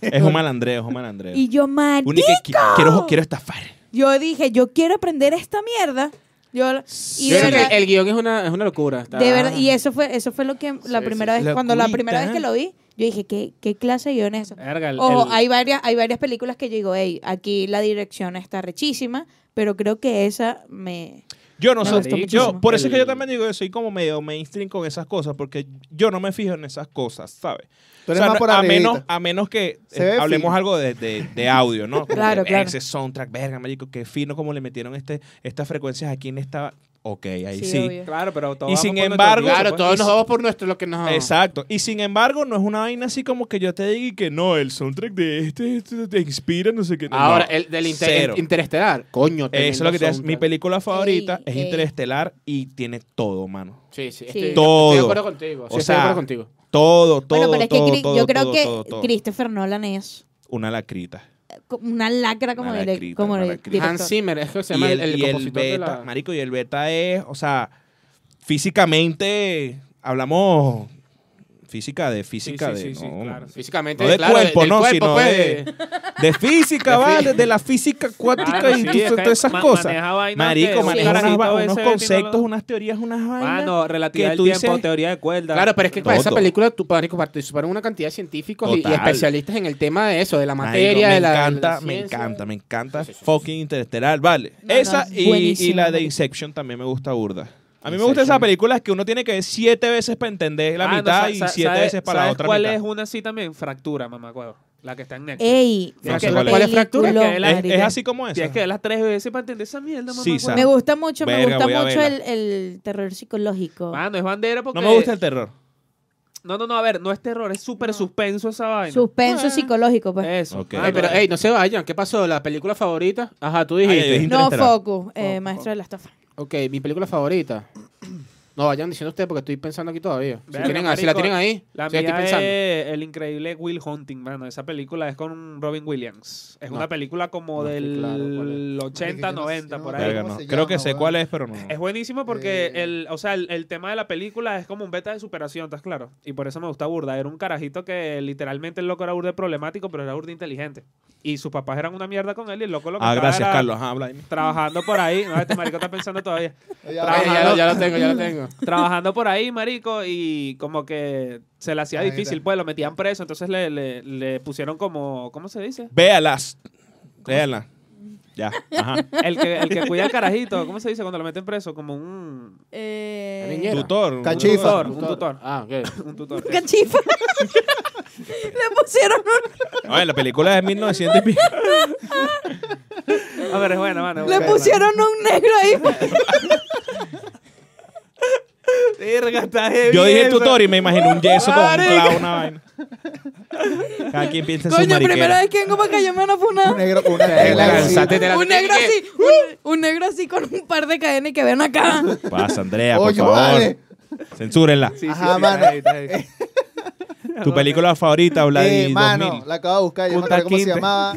S3: Es un malandreo, es un malandreo.
S5: Y yo, marico,
S3: Única que qui- quiero, quiero estafar.
S5: yo dije, yo quiero aprender esta mierda. Yo, y
S4: Yo
S5: de
S4: creo que
S5: verdad,
S4: el guión es una, es una locura. está-
S5: de verdad- y eso fue, eso fue lo que la
S4: Sí,
S5: primera
S3: sí,
S5: vez,
S3: sí.
S5: cuando la primera vez
S3: Locuita.
S5: que lo vi, yo dije, ¿qué, qué clase de guión es eso?
S6: Verga, el-
S5: Ojo,
S6: el-
S5: hay varias, hay varias películas que yo digo, hey, aquí la dirección está rechísima, pero creo que esa me...
S3: Yo no
S5: Me
S3: sé.
S5: gustó
S3: Yo,
S5: muchísimo.
S3: por eso es que
S4: El-
S3: yo también digo que soy como medio mainstream con esas cosas, porque yo no me fijo en esas cosas, ¿sabes?
S2: Tú eres más por
S3: a,
S2: arribita.
S3: menos, a menos que
S2: Se
S3: eh,
S2: ve
S3: hablemos
S2: fino.
S3: algo de, de- de audio, ¿no? Como
S5: Claro,
S3: que,
S5: claro.
S3: Ese soundtrack, verga, marico, qué fino como le metieron este, estas frecuencias aquí en esta... Ok, ahí sí.
S5: Sí, obvio.
S6: Claro, pero todos
S3: Y
S6: vamos
S3: sin
S6: por nuestro
S3: embargo-
S6: gusto,
S4: Claro,
S6: pues.
S4: todos nos vamos por nuestro lo que nos.
S3: Exacto. Y sin embargo, no es una vaina así como que yo te diga y que no, el soundtrack de este, este te inspira, no sé qué. No,
S4: Ahora, el del inter-
S3: cero.
S4: el interestelar. Coño,
S3: Eso es lo que te
S4: tremendo
S3: Mi
S4: soundtrack.
S3: película favorita
S5: Ey,
S3: es
S5: ey.
S3: Interestelar y tiene todo, mano.
S4: Sí, sí.
S5: Sí.
S4: estoy-
S3: Todo.
S4: Estoy de acuerdo contigo. Sí,
S3: O
S4: estoy de
S3: sea,
S4: acuerdo contigo.
S3: Todo, todo,
S5: bueno, pero es
S3: todo,
S5: que Cri-
S3: todo,
S5: yo creo
S3: todo,
S5: que
S3: todo, todo.
S5: Christopher Nolan es
S3: Una lacrita.
S5: co- una lacra como,
S3: Una
S5: direc-
S3: lacrita,
S5: como
S3: una
S5: dire-
S3: lacrita.
S5: director.
S4: Hans Zimmer, es que se
S3: Y
S4: llama
S3: el,
S4: el,
S3: y
S4: el
S3: el
S4: compositor de
S3: beta,
S4: la-
S3: marico, y el beta es, o sea, físicamente, hablamos física de física
S6: sí,
S3: de...
S6: sí,
S3: no,
S6: claro, sí.
S4: Físicamente,
S3: No de
S4: claro,
S3: cuerpo,
S4: del
S3: no,
S4: cuerpo,
S3: sino
S4: pues,
S3: de,
S4: de-
S3: de física,
S4: De
S3: ¿vale?
S4: fí-
S3: De la física cuántica
S6: Claro,
S3: y
S6: sí,
S3: tú-
S6: es que
S3: todas esas
S6: ma-
S3: cosas.
S6: maneja vainas que
S3: Marico,
S6: un
S3: maneja unas
S6: carajito
S3: va-
S6: de
S3: unos
S6: ese tipo
S3: conceptos,
S6: no-
S3: unas teorías, unas
S6: Ah,
S3: vainas.
S6: no, relatividad
S3: que
S6: del
S3: tú
S6: tiempo,
S3: dices-
S6: teoría de cuerdas.
S4: Claro, pero es que para
S3: Todo.
S4: esa película tu marico, participaron una cantidad de científicos y- y,
S3: Total.
S4: especialistas en el tema de eso, de la
S3: Marico,
S4: materia,
S3: me
S4: de la de la
S3: encanta, me
S4: ciencia.
S3: encanta, me encanta.
S4: Sí, sí, sí.
S3: Fucking interestelar, vale.
S5: No,
S3: esa
S5: no,
S3: y- y,
S5: buenísima
S3: la de
S5: película.
S3: Inception también me gusta burda. A mí me
S4: Inception.
S3: gustan esas películas que uno tiene que ver siete veces para entender la
S6: Ah, no,
S3: mitad
S6: sa-
S3: y
S6: sa-
S3: siete
S6: sabe-
S3: veces para la
S6: ¿sabes
S3: otra
S6: ¿Cuál
S3: mitad.
S6: es una así también? Fractura, mamá, acuerdo. La que está en Netflix.
S3: No
S5: Ey, qué
S3: sé cuál es.
S5: peliculón,
S4: ¿Cuál es Fractura?
S6: Que de la-
S3: Es, es así como esa.
S6: Tienes que verlas tres veces para entender esa mierda, mamá.
S3: Sí,
S6: huevo.
S3: sa-
S5: Me gusta mucho, me
S3: Verga, voy a
S5: gusta mucho el,
S3: verla.
S5: el terror psicológico.
S6: Mano, es bandera porque...
S3: No me gusta el terror.
S6: No, no, no, a ver, no es terror, es súper suspenso esa vaina.
S5: Suspenso psicológico, pues.
S6: Eso.
S3: Ok.
S4: Ay, pero, ey, no se vayan, ¿qué pasó? ¿La película favorita? Ajá, tú
S3: Ay, ay,
S4: dijiste.
S3: ay.
S5: no,
S3: Interestelar.
S5: Focus, eh, maestro de la estafa.
S4: ok, mi película favorita. No, vayan diciendo ustedes porque estoy pensando aquí todavía. Si,
S6: Verga,
S4: tienen, ahí- si la
S6: marico,
S4: tienen ahí,
S6: La
S4: sí, estoy
S6: mía
S4: pensando.
S6: es el increíble Will Hunting, mano. Esa película es con Robin Williams. Es
S4: No.
S6: una película como
S4: No, sí,
S6: del
S4: claro, ¿cuál
S6: 80,
S2: Marico, yo no sé,
S6: 90,
S2: yo
S6: por
S2: no
S6: ahí.
S3: Verga,
S2: ¿Cómo
S3: no.
S2: se
S3: Creo
S2: llama,
S3: que sé
S2: weón?
S3: cuál es, pero no.
S6: Es buenísimo porque
S2: Eh.
S6: el, o sea, el, el tema de la película es como un beta de superación, ¿estás claro? Y por eso me gusta Burda. Era un carajito que literalmente el loco era burda de problemático, pero era burda inteligente. Y sus papás eran una mierda con él y el loco lo que
S3: Ah,
S6: estaba
S3: gracias,
S6: era
S3: Carlos. Ajá, habla ahí.
S6: Trabajando por ahí. No, este marico está pensando todavía.
S2: Oye,
S4: Ok,
S2: ahora-
S4: ya, lo- ya lo tengo, ya lo tengo.
S6: trabajando por ahí, marico, y como que se le hacía
S2: Ahí
S6: difícil,
S2: está.
S6: pues lo metían preso, entonces le, le- le pusieron como, ¿cómo se dice?
S3: Véalas. Véalas. Ya. Ajá.
S6: El que, el que cuida al carajito, ¿cómo se dice cuando lo meten preso? Como un,
S5: Eh,
S4: niñera.
S3: Tutor.
S6: un
S2: Cachifa.
S6: tutor, un tutor,
S4: Ah, ok.
S6: un tutor.
S5: Cachifa. Le pusieron un-
S3: No, en la película es 1900 y pico.
S6: A ver, Ah, es buena, mano. es
S5: le
S6: buena.
S5: pusieron un negro ahí.
S6: Verga, está heavy
S3: Yo dije
S6: eso.
S3: tutor y me imagino un yeso con un
S6: Marico.
S3: clavo, una vaina. Cada quien piensa en su
S5: Coño, primera
S3: mariquera.
S5: vez que vengo para acá, yo me van a
S2: Un
S5: funar.
S2: negro con una tela así.
S4: Cansate de la-
S5: Un negro así, un, un negro así con un par de cadenas y que ven acá.
S3: Pasa, Andrea, por
S2: Oye,
S3: favor.
S2: vale.
S3: Censúrenla.
S6: Sí, sí,
S2: Ajá,
S6: sí,
S2: mano.
S6: está ahí, está ahí.
S3: Tu película favorita, Vladi
S2: Eh,
S3: 2000.
S2: mano, la acabo de buscar. Yo no me
S6: Punta
S2: acuerdo cómo se
S6: Quinte.
S2: llamaba.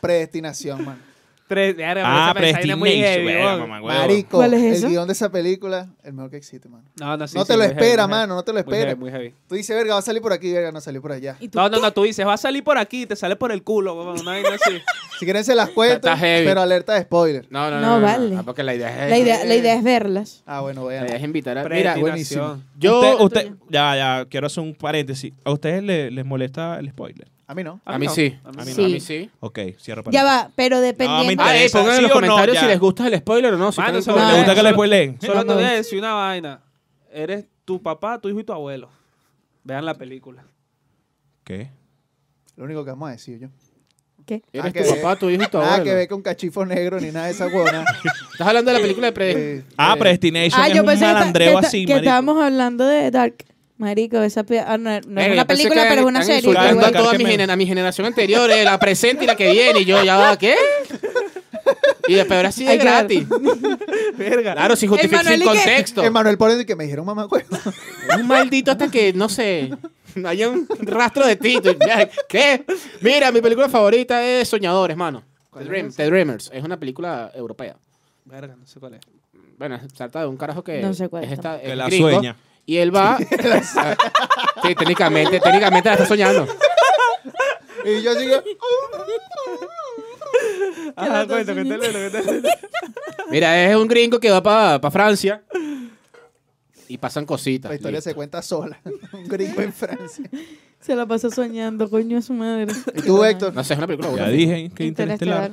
S2: Predestinación, mano.
S6: Tres, verga,
S3: Ah,
S6: pero esa vaina es muy
S3: Prestige.
S6: heavy,
S3: verga,
S6: weón.
S3: mamagüevo.
S2: Marico,
S5: ¿Cuál es
S2: el
S5: eso?
S2: guión de esa película, el mejor que existe, mano.
S6: No, no, sí,
S2: No
S6: sí,
S2: te lo
S6: muy heavy,
S2: espera,
S6: muy heavy.
S2: mano, no te lo
S6: Muy
S2: espera.
S6: heavy, muy heavy.
S2: Tú dices, verga, va a salir por aquí, verga, no salió por allá.
S5: ¿Y tú
S6: No, no,
S5: qué?
S6: no, tú dices, va a salir por aquí, te sale por el culo, weón, una vaina así.
S2: Si quieren se las cuento,
S4: Está heavy.
S2: pero alerta de spoiler.
S4: No, no, no.
S5: No, vale.
S4: Ah, porque la idea es.
S5: La idea, la idea es verlas.
S2: Ah, bueno,
S4: la idea es
S2: vean.
S4: invitar a. Mira,
S6: Predestinación.
S2: buenísimo.
S4: yo.
S3: Usted- usted- ya, ya, quiero hacer un paréntesis. ¿A ustedes le- les molesta el spoiler?
S2: A mí no.
S4: A mí sí.
S6: A mí no.
S5: Sí.
S4: A mí sí.
S3: Ok, cierro
S5: Ya
S3: paréntesis.
S5: va, pero dependiendo.
S3: Ah,
S4: Ah,
S3: ey, pongan en
S4: ey, pongan en
S3: sí
S4: los
S3: los o no, comentarios
S4: comentarios
S3: ya. si
S4: si
S3: les
S4: les gusta el spoiler o no. Si
S6: Mano,
S4: están
S6: sobre-
S3: ¿Le
S5: Ah.
S3: gusta que le spoilen?
S6: Solo
S5: No
S6: te
S5: me
S6: voy a
S5: gusta.
S6: decir una vaina. Eres tu papá, tu hijo y tu abuelo. Vean la película.
S3: ¿Qué?
S2: Lo único que vamos a decir yo.
S5: ¿Qué?
S2: Nada
S4: Eres
S2: que
S4: tu
S2: ver.
S4: papá, tu hijo y tu
S2: Nada que ver
S4: abuelo.
S2: con cachifo negro ni nada de esa huevona.
S4: Estás hablando de la película de
S2: Eh,
S4: pre.
S3: Ah,
S4: eh,
S3: Predestination
S5: Ah,
S3: es
S5: yo
S3: un
S5: pensé que, esta- que
S3: malandreo
S5: esta-
S3: así,
S5: que
S3: marico.
S5: estábamos hablando de Dark. Marico, esa pe- ah, no, no es
S4: Verga,
S5: una
S4: Eh, yo pensé
S5: película,
S4: que
S5: pero es una
S4: están
S5: serie.
S4: insultando
S3: Claro,
S4: a, toda
S3: que
S4: mi
S3: me-
S4: gener- a mi generación anterior, eh, la presente y la que viene. Y yo, ya va, ¿qué? Y después ahora sí
S5: Ay,
S4: es
S5: claro.
S4: gratis.
S6: Verga.
S4: Claro, sin,
S5: El
S4: justific-
S5: Manuel
S4: sin
S5: y que-
S4: contexto.
S2: Emanuel por que me dijeron mamá huevo.
S4: Un maldito hasta que, no sé, no haya un rastro de ti. tú, ya, ¿Qué? Mira, mi película favorita es Soñadores, mano. The, Dream- The Dreamers. Es una película europea.
S6: Verga, no sé cuál es.
S4: Bueno, salta de un carajo que
S5: No sé cuál
S4: es
S5: es
S4: esta,
S3: Que
S4: es
S3: la
S4: gringo,
S3: sueña.
S4: Y él va... sí, técnicamente, técnicamente la está soñando.
S2: Y yo digo,
S6: Ajá, Ah, cuéntame, cuéntale, cuéntale.
S4: Mira, es un gringo que va para Francia y pasan cositas.
S2: la historia
S4: listo.
S2: se cuenta sola. Un gringo en Francia.
S5: Se la pasó soñando, coño, a su madre.
S2: ¿Y tú, Héctor?
S4: No sé, es una película
S3: Ya
S4: buena.
S3: dije que
S5: Interestelar.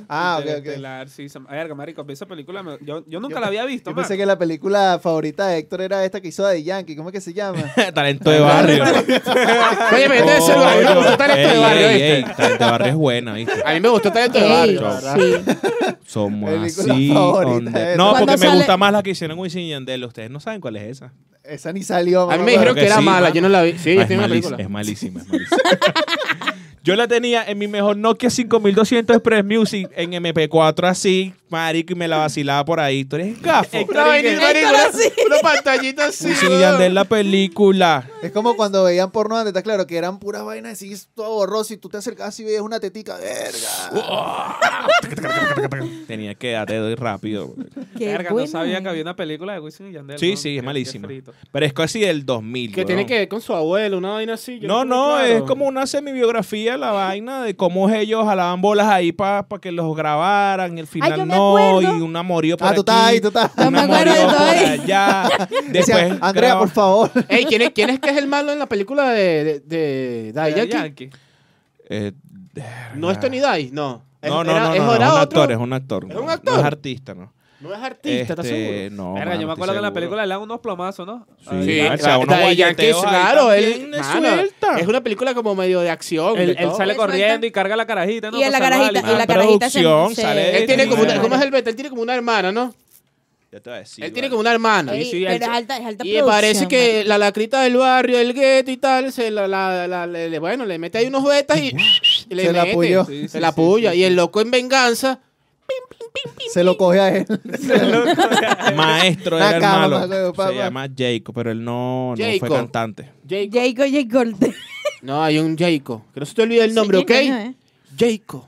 S3: Interestelar.
S2: Ah, ok, ok.
S6: Interestelar, sí, se- Verga, marico, esa película me- yo, yo nunca
S2: Yo-
S6: la había visto,
S2: Yo
S6: man.
S2: pensé que la película favorita de Héctor era esta que hizo de Yankee. ¿Cómo es que se llama?
S3: Talento de barrio.
S4: Oye, pero entonces el barrio, me gustó talento de
S3: Ey,
S4: este barrio,
S3: ey,
S4: ¿viste?
S3: ey, Talento de barrio es buena, ¿viste?
S4: A mí me gustó talento de
S5: Ey,
S4: barrio. la verdad.
S5: sí.
S3: Somos
S2: Película
S3: así.
S2: favorita
S3: on the-
S2: de-
S3: No,
S5: ¿Cuándo
S3: porque me
S5: sale?
S3: gusta más la que hicieron Wisin y Yandel. Ustedes no saben cuál es esa.
S2: Esa ni salió.
S4: A mí
S2: mamá
S4: me dijeron
S2: huevo.
S4: que,
S3: que
S4: era
S3: sí,
S4: mala,
S3: mano.
S4: yo no la vi. Sí,
S3: Ah,
S4: yo
S3: es,
S4: tengo una
S3: malísima,
S4: película.
S3: es malísima, es malísima. Yo la tenía en mi mejor Nokia 5200 Express Music en MP4 así, marico, y me la vacilaba por ahí. Tú eres gafo.
S4: Una vaina,
S5: Héctor
S4: marico, una-
S5: así.
S4: Una pantallita así.
S3: Wisin y
S4: weón.
S3: Yandel la película.
S2: Es como cuando veían porno antes, está claro, que eran puras vainas así, todo borroso, y tú te acercabas y veías una tetica,
S4: Uh,
S2: verga.
S3: Tenía que darte doy rápido.
S5: Qué
S6: Verga, no
S5: buena,
S6: sabía que
S5: eh.
S6: había una película de Wisin y Yandel.
S3: Sí,
S6: ¿no?
S3: sí,
S6: Qué-
S3: es
S6: qué
S3: malísima.
S6: frito.
S3: Pero es casi del 2000.
S4: Que
S3: weón.
S4: tiene que ver con su abuelo, una vaina así. yo
S3: No,
S4: estoy
S3: no,
S4: claro.
S3: es como una semibiografía la vaina de cómo ellos jalaban bolas ahí para que los grabaran, y el final
S5: yo me
S3: no, y
S5: acuerdo.
S3: un amorío por
S2: Ah, tú estás
S3: aquí,
S2: ahí, tú estás.
S5: No
S3: un
S5: me acuerdo de
S3: amorío
S5: todo
S3: por
S5: ahí.
S3: allá.
S2: Decía,
S3: Después
S2: Andrea,
S3: graba-
S2: por favor.
S4: Ey, ¿quién es, quién es que es el malo en la película de, de, de Daddy
S6: Daddy
S4: Yankee?
S6: Yankee.
S3: Eh,
S4: No es Tony Dai, no. Es-
S3: Ah. no, no,
S4: era-
S3: no,
S4: es
S3: no, no,
S4: ahora
S3: es un
S4: otro.
S3: actor, es un actor.
S4: ¿Es
S3: no,
S4: un
S3: No
S4: actor?
S3: es artista, ¿no.
S4: No es artista, ¿estás
S3: Este,
S4: seguro?
S3: No,
S6: Verga,
S3: mano,
S6: yo
S3: estoy
S6: me acuerdo que en la
S3: seguro.
S6: película le dan unos plomazos, ¿no?
S3: Sí,
S6: Ay,
S3: o sea, unos
S4: Daddy Yankee,
S3: guayeteos ahí
S4: claro, él,
S3: también le
S4: mano,
S3: suelta.
S4: es una película como medio de acción.
S6: Él,
S4: de
S6: él
S4: todo.
S6: sale
S5: Le
S6: corriendo
S5: sueltan.
S6: y carga la carajita, ¿no?
S5: Y en la
S6: Para
S5: carajita,
S6: salvarla.
S5: y la
S3: Ah,
S5: carajita se-
S3: producción,
S5: se-
S3: sale-
S4: Él tiene como una,
S6: Sí,
S4: ¿Cómo es
S6: vale.
S4: el Beto? Él tiene como una hermana, ¿no?
S3: Ya te voy a decir,
S4: él tiene
S3: vale.
S4: como una hermana.
S5: Ey,
S6: Sí, sí,
S5: pero
S6: alta-
S5: es alta, es alta
S4: Y parece
S5: producción,
S4: que la lacrita del barrio, el gueto y tal, se la, la- la- le- le- bueno, le mete ahí unos betas y, y le
S2: Se la
S4: mete.
S2: apoyó.
S6: Sí,
S4: se
S6: sí,
S4: la
S6: sí,
S4: apoya.
S6: sí,
S4: y el loco en venganza,
S2: Se lo coge a él.
S3: Maestro
S2: Una
S3: era el
S2: cama,
S3: malo.
S2: me acuerdo,
S3: Se
S2: papá.
S3: marico. llama Jacob, pero él no, no fue
S4: Jacob.
S3: cantante.
S4: Jacob.
S5: marico. Jacob, Jacob.
S4: No, hay un Jacob. Que no se te olvide el nombre,
S5: Sí,
S4: ¿ok?
S5: coño, eh.
S4: Jacob.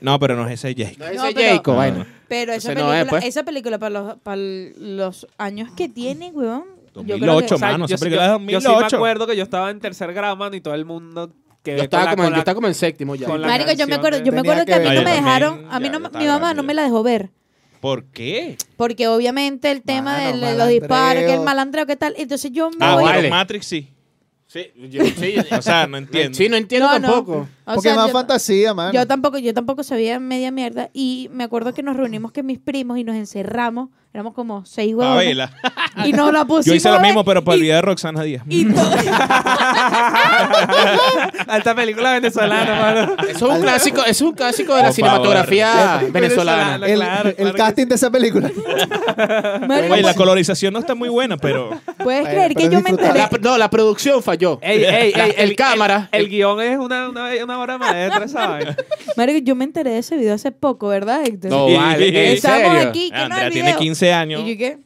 S3: No, pero no es ese Jacob.
S4: No, ese
S5: No,
S4: es
S5: pero-
S4: Jacob, bueno.
S5: Pero esa
S4: Ese no
S5: película,
S4: es, pues.
S5: esa película para los, para los años que tiene, weón. yo creo que-
S3: 2008,
S6: O sea,
S3: mano.
S6: yo,
S3: Esa
S6: sí-
S3: película es
S6: yo- yo sí me
S3: 2008.
S6: acuerdo que yo estaba en tercer grado, mano, y todo el mundo que
S4: Yo estaba, como, en- yo estaba como en séptimo ya.
S6: con la-
S5: Marico, yo me
S6: canción
S5: acuerdo,
S6: de-
S5: yo me
S2: Tenía
S5: acuerdo
S2: que
S5: que a mí
S2: ver.
S5: no
S3: No,
S5: me
S3: yo
S5: dejaron,
S3: también,
S5: a mí
S3: ya,
S5: no,
S3: yo estaba
S5: mi mamá no
S3: grande
S5: me
S3: ya.
S5: la dejó ver.
S3: ¿Por qué?
S5: Porque obviamente el tema
S2: Mano,
S5: de los disparos,
S2: malandreo.
S5: que el malandreo, qué tal. Entonces yo me
S3: Ah,
S5: voy.
S3: pero
S4: vale.
S3: Matrix sí.
S4: Sí, yo, sí, yo-
S3: O sea, no entiendo.
S4: sí, no entiendo
S5: No, no.
S4: tampoco.
S5: O
S2: Porque
S5: sea,
S2: es más
S5: yo-
S2: fantasía, mano.
S5: Yo tampoco, yo tampoco sabía media mierda. Y me acuerdo que nos reunimos con mis primos y nos encerramos. Éramos como seis
S3: Pa'
S5: huevos.
S3: verla.
S5: Y nos la pusimos.
S3: Yo hice
S5: a
S3: lo
S5: ver
S3: mismo, pero por el
S5: y,
S3: video de Roxana Díaz.
S5: y todo-
S6: Esta película venezolana, mano.
S4: Eso es un clásico, eso es un clásico de la
S3: Por
S4: cinematografía venezolana.
S6: Venezolana.
S2: el,
S6: claro,
S2: el
S6: claro que
S2: casting de esa película.
S5: Marico,
S3: Oye, la
S5: ¿puedes-
S3: colorización no está muy buena, pero
S5: ¿Puedes
S2: Bueno,
S5: creer que
S2: pero
S5: yo me
S2: disfrutar.
S5: enteré?
S4: La- no, la producción falló.
S5: Eh,
S6: Ey, ey,
S4: La-
S6: ey,
S4: el cámara.
S6: El, guión es una, una, una obra maestra, ¿sabes?
S5: Marico, yo me enteré de ese video hace poco, ¿verdad, Héctor?
S4: No,
S3: Y-
S4: vale.
S3: y-
S4: ¿en
S5: Estamos
S4: serio?
S5: aquí, que no
S3: Andrea
S5: hay
S3: tiene
S5: video.
S3: 15 años.
S5: Y yo, ¿qué?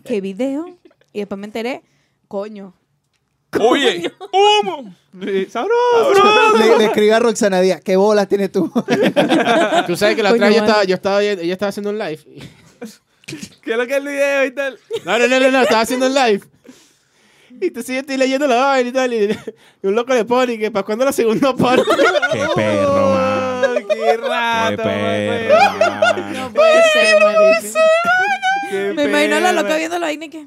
S5: ¿Qué video? Y después me enteré, coño.
S3: Oye, humo.
S6: Sí, Sabroso.
S2: le, le escribe a Roxana Díaz, ¿qué bolas tienes tú?
S4: Tú sabes que la
S5: Coño,
S4: otra vez yo
S5: vale.
S4: estaba, yo estaba, viendo- ella estaba haciendo un live.
S6: ¿Qué es lo que es el video y tal?
S4: No, no, no, no, no, estaba haciendo un live. Y te sigue estoy leyendo la vaina y tal. Y, y un loco le pone que para cuando la segunda parte.
S3: Qué perro, man.
S6: Ay, Oh, ¡Qué
S3: Qué
S5: Ah,
S6: rato!
S3: perro, man.
S2: Ah,
S5: No puede ser, marico.
S6: man.
S5: Me
S6: Qué
S5: imagino la
S6: perro.
S5: loca viendo la vaina y que...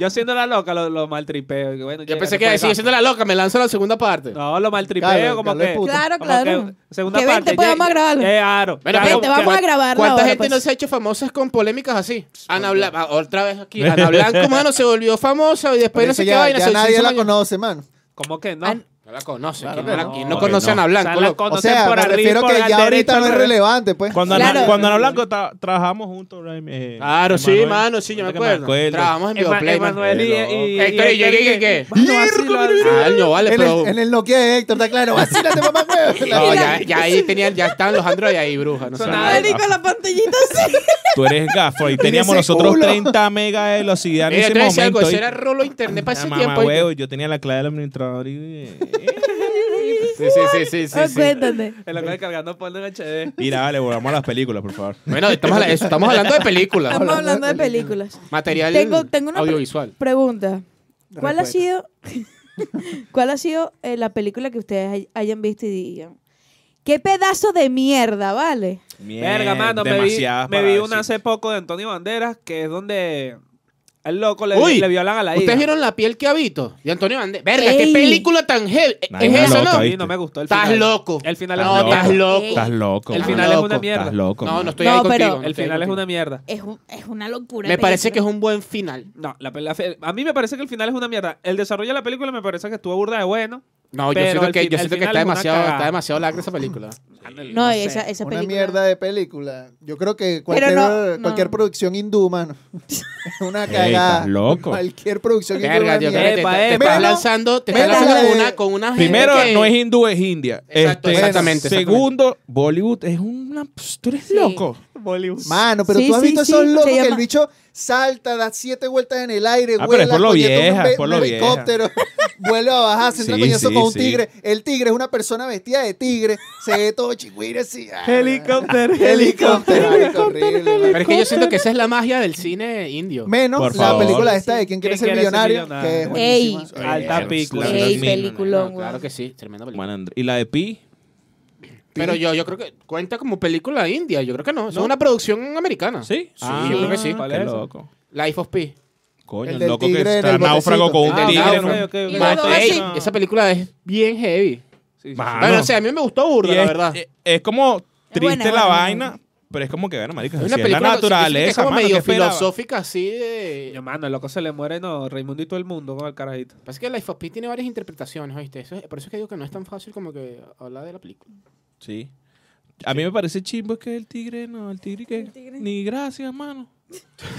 S6: Yo siendo la loca lo, lo maltripeo. y que, Bueno,
S4: Yo
S6: ya,
S4: pensé
S6: no puede
S4: que sigue siendo la loca, me lanzo la segunda parte.
S6: No, lo maltripeo
S2: Claro,
S6: como
S2: Carlos es
S6: que.
S2: puto.
S5: Claro,
S6: como
S5: claro.
S6: que segunda
S5: Que
S6: parte.
S5: vente, pues,
S6: ya-
S5: vamos a grabarlo.
S6: Eh, claro.
S4: Bueno,
S6: claro,
S5: Vente, vamos
S6: que-
S5: a grabarla
S4: ¿Cuánta
S5: ahora,
S4: gente
S5: pues.
S4: no se ha hecho famosas con polémicas así? Ana Bla- ah, otra vez aquí. Ana Blanco, mano, se volvió famosa y después
S2: Pero
S4: no
S2: eso
S4: sé qué
S2: ya,
S4: vaina.
S2: ya
S4: se- se
S2: nadie
S4: hizo
S2: la
S4: mayor.
S2: conoce, mano.
S6: ¿Cómo que no?
S5: Ah,
S4: No la conoce.
S6: Claro
S4: ¿quién
S6: que
S4: no,
S6: no.
S4: la- quién no
S3: Ok,
S4: conoce a
S3: no.
S4: Ana
S6: O sea,
S4: Blanco?
S6: la
S4: loco?
S2: O
S6: conocen
S2: sea,
S6: por
S2: me
S6: arriba y
S2: refiero
S6: por
S2: que
S6: al
S2: ya
S6: derecho,
S2: ahorita no
S6: al
S2: es
S6: revés.
S2: relevante, pues.
S3: Cuando,
S5: Claro.
S3: Ana, cuando Ana Blanco tra- trabajamos juntos. eh,
S4: Claro, sí,
S3: Emanuel.
S4: mano, sí, yo me
S3: Ahorita que
S4: acuerdo. Trabajamos en
S6: Ema-
S4: Bioplay. mano.
S6: Emanuel y.
S3: Qué loco.
S6: y-
S4: Héctor, ¿y yo
S6: Héctor,
S4: llegué qué?
S6: Mano, así lo
S4: Ah, no, vale,
S2: en,
S4: pero.
S2: el, en el Nokia de Héctor, está claro. Vacílate, mamá, huevo.
S4: No, ya, ya ahí tenían, ya estaban los Android ahí, bruja. No sé.
S6: Sonaba
S3: Ay,
S5: Marico, la pantallita así.
S3: Tú eres gafo. Y
S2: Tiene
S3: teníamos
S2: ese
S3: nosotros
S2: culo.
S3: 30 megas de velocidad en
S4: Mira,
S3: ese
S4: te decía algo,
S3: momento.
S4: eso
S3: y-
S4: era rolo internet para
S3: Ah,
S4: ese
S3: mamá,
S4: tiempo. y-
S3: huevo, yo tenía la clave del administrador y... eh,
S4: Sí, sí, sí, sí, sí,
S5: Ah,
S4: sí.
S5: Cuéntate.
S6: El loco descargando porno en HD.
S3: Mira, vale, volvamos a las películas, por favor.
S4: Bueno, estamos, habla- eso, estamos hablando de películas.
S5: Estamos hablando de películas.
S4: Material
S5: Tengo- tengo una pre-
S4: audiovisual.
S5: Pregunta. ¿Cuál ha
S2: Respuesta.
S5: sido, cuál ha sido eh, la película que ustedes hay- hayan visto y digan? ¿Qué pedazo de mierda, vale?
S6: Verga, mano, me vi,
S3: demasiadas
S6: me
S3: para
S6: vi
S3: decir.
S6: una hace poco de Antonio Banderas, que es donde al loco le,
S4: Uy,
S6: le violan a la hija.
S4: ¿Ustedes vieron La piel que habito? De Antonio Banderas. Verga, qué
S5: Ey.
S4: película tan heavy.
S3: Nah,
S4: ¿Es
S3: una
S4: eso,
S3: loca,
S4: no?
S3: ¿viste?
S6: Sí, no me gustó. el
S4: Estás
S6: final.
S4: loco.
S6: El final es
S4: No,
S6: una
S3: loco.
S4: estás
S6: mierda.
S4: loco.
S3: Estás loco.
S6: El
S3: mano.
S6: final es una
S4: Loco.
S6: mierda.
S3: Estás loco.
S4: No,
S3: mano.
S4: no estoy
S5: No,
S4: ahí
S5: pero-
S4: contigo. no
S6: El
S4: estoy ahí
S6: final es
S4: contigo.
S6: una mierda.
S5: Es, un- es una locura.
S4: Me
S5: de
S4: parece que es
S5: película.
S4: un buen final.
S6: No, la, pe- la fe- a mí me parece que el final es una mierda. El desarrollo de la película me parece que estuvo burda de bueno.
S4: No, yo
S6: Pero
S4: siento
S6: al
S4: que,
S6: fin-
S4: yo
S6: al
S4: siento que
S6: final
S4: está
S6: es una
S4: demasiado,
S6: cagada.
S4: está demasiado lacra esa película.
S5: No,
S6: sé.
S5: esa, esa
S2: Una
S5: película.
S2: mierda de película. Yo creo que cualquier,
S5: no, no.
S2: cualquier producción hindú, mano. Es una
S3: Ey,
S2: cagada.
S3: estás loco.
S2: Cualquier producción hindú.
S4: Verga,
S2: es
S4: tío,
S2: una
S4: que
S2: mierda.
S4: te, te-
S6: Epa,
S4: te
S6: epa.
S4: estás
S2: Bueno,
S4: lanzando, te
S2: bueno,
S4: estás lanzando
S2: la de-
S4: con una, con una gente
S3: Primero,
S4: que-
S3: no es hindú, es india.
S4: Exacto,
S3: Este,
S4: exactamente, exactamente.
S3: Segundo, Bollywood es una... pss, pues, Tú eres loco.
S6: Bollywood.
S2: Mano, pero
S5: Sí,
S2: tú has
S5: sí,
S2: visto
S5: sí,
S2: esos
S5: se
S2: locos que el
S5: llama-
S2: bicho salta, da siete vueltas en el aire,
S3: Ah, pero
S2: vuela,
S3: es por lo
S2: coñeta,
S3: vieja,
S2: un, ve-
S3: es por lo
S2: un
S3: vieja.
S2: helicóptero, vuelve a bajar, se entra
S3: Sí,
S2: coñazo
S3: sí,
S2: con un
S3: sí.
S2: tigre. El tigre es una persona vestida de tigre, se ve todo chihuire así. ah,
S6: Helicóptero,
S2: helicóptero, marico, horrible,
S4: Pero
S2: marico.
S4: es que yo siento que esa es la magia del cine indio.
S2: Menos
S3: Por
S2: la
S3: favor.
S2: película esta de quién quiere
S6: ¿Quién
S2: ser
S6: quiere ser
S2: millonario,
S6: millonario?
S2: que es
S5: Ey.
S2: buenísima.
S6: Alta
S3: Eh,
S6: película.
S3: la-
S5: Ey,
S3: la-
S5: peliculón,
S4: No,
S5: güey.
S4: claro que sí, tremenda película.
S3: Juan Andr- ¿Y la de Pi?
S4: Pero yo, yo creo que cuenta como película india, yo creo que no. Es una producción americana.
S3: ¿Sí?
S4: Ah, yo creo que sí.
S3: Qué
S6: ¿Cuál es esa?
S3: loco.
S4: Life of Pi.
S3: Coño,
S2: El
S3: el
S2: del
S3: loco
S2: tigre
S3: que
S2: en
S3: está
S2: el
S3: náufrago con un
S2: botecito.
S6: Ah,
S3: tigre.
S6: ok,
S3: en un-
S6: ok, ok.
S5: Y luego
S6: Sí,
S4: Mate-
S5: así.
S4: Ey, esa película es bien heavy.
S6: sí, sí.
S3: Mano. Ah,
S4: bueno,
S3: no.
S4: o sea, a mí me gustó burda,
S3: Y
S4: la
S3: es-
S4: verdad.
S3: Es, es como triste
S5: buena, es
S3: la
S5: buena,
S3: vaina,
S5: es
S3: pero es como que, bueno, marica,
S4: Es
S3: si
S4: una
S3: es la
S4: película que es
S3: naturaleza,
S4: como
S3: mano, ¿qué
S4: medio
S3: esperaba?
S4: filosófica así de...
S6: Yo, mano, el loco se le muere, no, Raimundo y todo el mundo con el carajito.
S4: Pasa que Life of Pi tiene varias interpretaciones, ¿oíste? Eso es- por eso es que digo que no es tan fácil como que hablar de la película.
S3: Sí. A mí me parece chimbo que el tigre, no, el tigre que... Ni gracias, mano.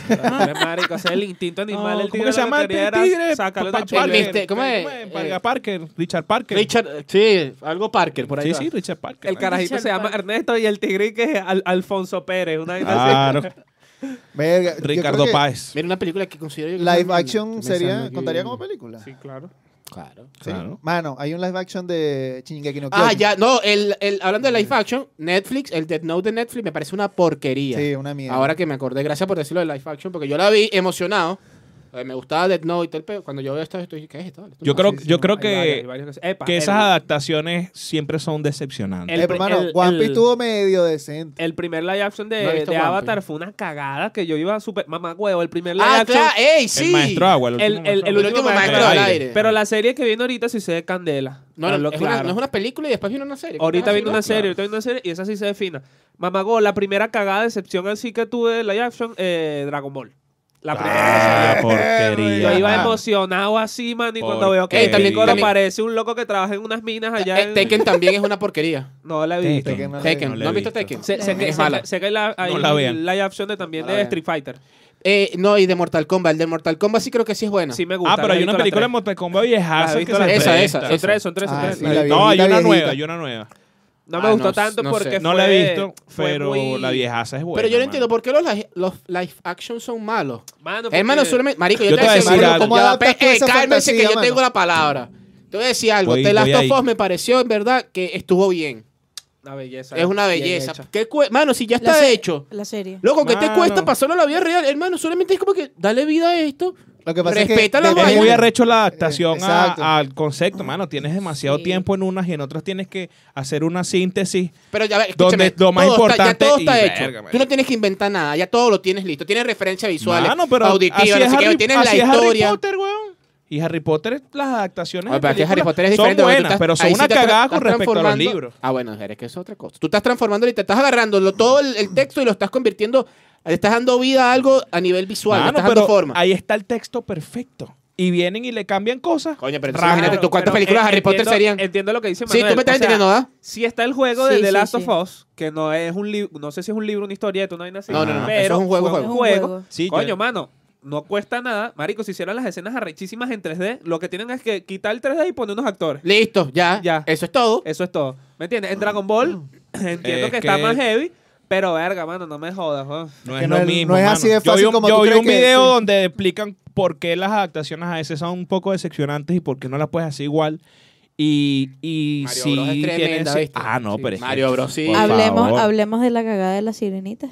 S6: Pobre marico, ese es el instinto animal.
S3: No,
S6: el
S3: ¿cómo
S6: tigre
S3: que se
S6: lo
S3: llama el
S6: quería era
S3: tigre?
S6: Sacarlo
S3: Pa-
S6: del
S3: Parker,
S6: chulero.
S4: Este, ¿cómo es?
S3: Eh, Parker,
S4: Eh,
S3: Parker, Richard Parker.
S4: Richard, sí, algo Parker por ahí.
S3: Sí,
S4: va.
S3: sí, Richard Parker.
S6: El carajito
S5: Richard
S6: se llama
S5: Parker.
S6: Ernesto y el tigre que es Al- Alfonso Pérez. Una vaina así.
S3: Ah, Claro,
S2: Verga, yo creo
S3: Ricardo
S2: que
S3: Páez.
S4: Mira, una película que considero yo que es
S2: Live
S4: una-
S2: action
S4: estoy pensando
S2: sería,
S4: aquí.
S2: contaría como película.
S6: Sí, claro.
S4: Claro.
S2: Sí.
S3: Claro.
S2: Mano, hay un live action de Shingeki no
S4: Ah,
S2: Kyojin.
S4: ya, no, el, el- hablando de live action, Netflix, el Death Note de Netflix me parece una porquería.
S2: Sí, una mierda.
S4: Ahora que me acordé, gracias por decirlo de live action, porque yo la vi emocionado. Eh, me gustaba Death Note y todo el pedo. Cuando yo veo esto, estoy, ¿qué es esto? Esto
S3: Yo
S4: no-
S3: creo,
S2: sí, sí,
S3: yo creo
S6: Hay varias, hay
S3: que,
S6: varias cosas. Epa,
S3: que
S6: el-
S3: esas adaptaciones siempre son
S2: Eh,
S3: decepcionantes.
S6: el-
S2: pero, mano,
S6: el-
S2: One Piece
S6: el-
S2: tuvo medio decente.
S6: El primer live action de,
S4: No he visto
S6: de
S4: One
S6: Avatar
S4: Piece.
S6: fue una cagada que yo iba a super. Mamá huevo, el primer live
S4: Ah,
S6: action.
S4: claro, ey, sí.
S3: El maestro agua, el
S6: El,
S3: último,
S6: el- el
S3: maestro,
S4: El
S6: último maestro
S3: del
S6: del
S3: aire.
S6: aire. Pero la serie que viene ahorita sí se ve candela.
S4: No, no,
S6: Hablo
S4: es una,
S6: claro.
S4: no es una película y después viene una serie.
S6: Ahorita
S4: Ah,
S6: viendo
S4: sí,
S6: una
S4: ¿no?
S6: serie, ahorita viendo una serie y esa sí se defina. Mamago, la primera cagada de excepción así que tuve de live action, eh, Dragon Ball. La primera.
S3: Ah, porquería.
S6: Yo iba
S3: mano.
S6: emocionado así, man, y cuando
S3: Porque-
S6: veo que
S4: Ey,
S6: el
S4: también-
S6: película
S4: también-
S6: aparece un loco que trabaja en unas minas allá
S4: Eh,
S6: en...
S4: Tekken también es una porquería.
S6: No la vi.
S3: Tekken.
S2: no la vi.
S4: Tekken,
S3: no
S4: ¿no,
S3: la he
S4: has visto
S3: visto.
S4: Tekken?
S6: Sé, sé que,
S4: es
S6: sé
S4: mala.
S6: que- sé que la- hay
S3: No la vean.
S6: live action de, también
S4: No la
S6: de
S4: vean.
S6: Street Fighter.
S4: Eh, no, y de Mortal Kombat. El de Mortal Kombat sí creo que sí es buena.
S6: Sí me gusta.
S3: Ah, pero
S6: la he
S3: hay una
S6: visto las
S3: película de
S6: tres.
S3: Mortal Kombat viejaza
S6: Las he
S3: que
S6: visto
S3: se
S6: las
S4: Esa,
S3: presta.
S4: esa,
S6: Son
S4: esa.
S6: tres, son tres. son
S2: Ah,
S6: tres.
S2: sí,
S6: La
S2: la
S6: vi.
S2: vi.
S3: No, hay una
S2: viejita.
S3: nueva, hay una nueva.
S6: No me
S4: Ah,
S6: gustó
S4: no,
S6: tanto
S4: no
S6: porque
S4: sé.
S3: No la he
S6: fue-
S3: visto,
S6: fue
S3: pero
S6: muy-
S3: la viejaza es buena.
S4: Pero yo no
S3: mano.
S4: entiendo por qué los, li- los live action son malos.
S6: Mano, porque-
S4: Hermano, solamente. Marico, yo,
S3: Yo
S4: te
S3: te voy
S4: voy a
S3: a
S4: decir
S3: decir
S4: algo.
S3: algo.
S4: Ya
S2: ¿Cómo
S4: va, pe-
S2: adaptaste
S4: eh,
S2: esa
S4: cálmense que
S2: fantasía,
S4: yo tengo
S2: mano?
S4: la palabra. Te voy a decir algo.
S3: Voy-
S4: The Last
S3: voy ahí.
S4: of Us me pareció, en verdad, que estuvo bien.
S6: Una belleza.
S4: Es una
S6: bien
S4: belleza.
S6: hecha.
S4: ¿Qué cue- Mano, si ya
S5: La
S4: está
S5: se-
S4: hecho.
S5: La serie.
S4: Loco, ¿qué te
S3: Mano.
S4: cuesta pasarlo a la vida real? Hermano, solamente es como que dale vida a esto.
S2: Lo que pasa
S4: Respeta
S2: es
S4: la
S2: que
S3: Es
S4: vaina.
S3: muy
S2: depende-
S3: arrecho la adaptación
S2: Eh,
S3: a-
S2: exacto.
S3: al concepto, mano. Tienes demasiado
S5: Sí.
S3: tiempo en unas y en otras tienes que hacer una síntesis.
S4: Pero ya ver,
S3: Donde
S4: escúchame,
S3: lo más
S4: todo está-
S3: importante
S4: ya todo
S3: y
S4: está hecho.
S3: verga, marico.
S4: Tú no tienes que inventar nada, ya todo lo tienes listo. Tienes referencias visuales,
S3: Mano, pero así
S4: auditivas, no
S3: es
S4: sé qué,
S3: Harry-
S4: tienes la
S3: así es Harry
S4: historia.
S3: Potter, weón. Y Harry Potter, las adaptaciones.
S4: Oye,
S3: de
S4: pero aquí Harry
S3: películas
S4: Potter es
S3: son
S4: diferente. porque tú
S3: buenas,
S4: estás-
S3: pero son
S4: ahí sí
S3: una
S4: te tra-
S3: cagada
S4: estás
S3: con respecto a los
S4: transformando-
S3: libros.
S4: Ah, bueno, es que es otra cosa. Tú estás transformando y te estás agarrando lo- todo el, el texto y lo estás convirtiendo, le estás dando vida a algo a nivel visual, le
S3: Mano,
S4: estás dando
S3: pero
S4: forma.
S3: ahí está el texto perfecto. Y vienen y le cambian cosas.
S4: Coño, pero
S3: Raro.
S4: imagínate tú cuántas
S6: Pero
S4: películas de Harry
S6: entiendo-
S4: Potter serían.
S6: Entiendo lo que dice
S4: Sí,
S6: Manuel.
S4: tú me estás
S6: o sea,
S4: entendiendo, ¿verdad?
S6: Si está el juego de
S5: Sí,
S6: The
S5: sí,
S6: Last
S5: sí.
S6: of Us, que no es un libro, no sé si es un libro, una historieta, una vaina así.
S4: No, no, no, no,
S6: Pero
S4: eso es un juego,
S6: fue
S5: Es
S4: juego.
S5: un
S6: juego.
S5: juego.
S3: Sí,
S6: Coño,
S3: yo-
S6: mano, no cuesta nada. Marico, si hicieron las escenas arrechísimas en 3D, lo que tienen es que quitar el 3D y poner unos actores.
S4: Listo, ya,
S6: Ya. Eh.
S4: Eso es todo.
S6: Eso es todo. ¿Me entiendes? En Dragon Ball,
S3: Es
S6: entiendo Mm. que, está
S3: que-
S6: más heavy, pero verga, mano, no me jodas. weón.
S3: No
S2: que
S3: es
S2: no
S3: lo
S2: es-
S3: mismo.
S2: no es
S3: mano.
S2: así de
S3: Yo
S2: fácil
S3: vi un-
S2: como
S3: Yo
S2: tú
S3: vi
S2: crees
S3: un
S2: que-
S3: video
S2: sí.
S3: donde explican por qué las adaptaciones a veces son un poco decepcionantes y por qué no las puedes hacer igual. Y, y
S4: Mario
S3: sí
S4: Bros es
S3: tiene
S4: tremenda,
S3: ese-
S4: ¿viste?
S3: Ah, no,
S4: Sí.
S3: pero es que-
S4: Mario Bros, sí.
S3: Por
S5: Hablemos,
S3: favor.
S5: hablemos de la cagada de la sirenita.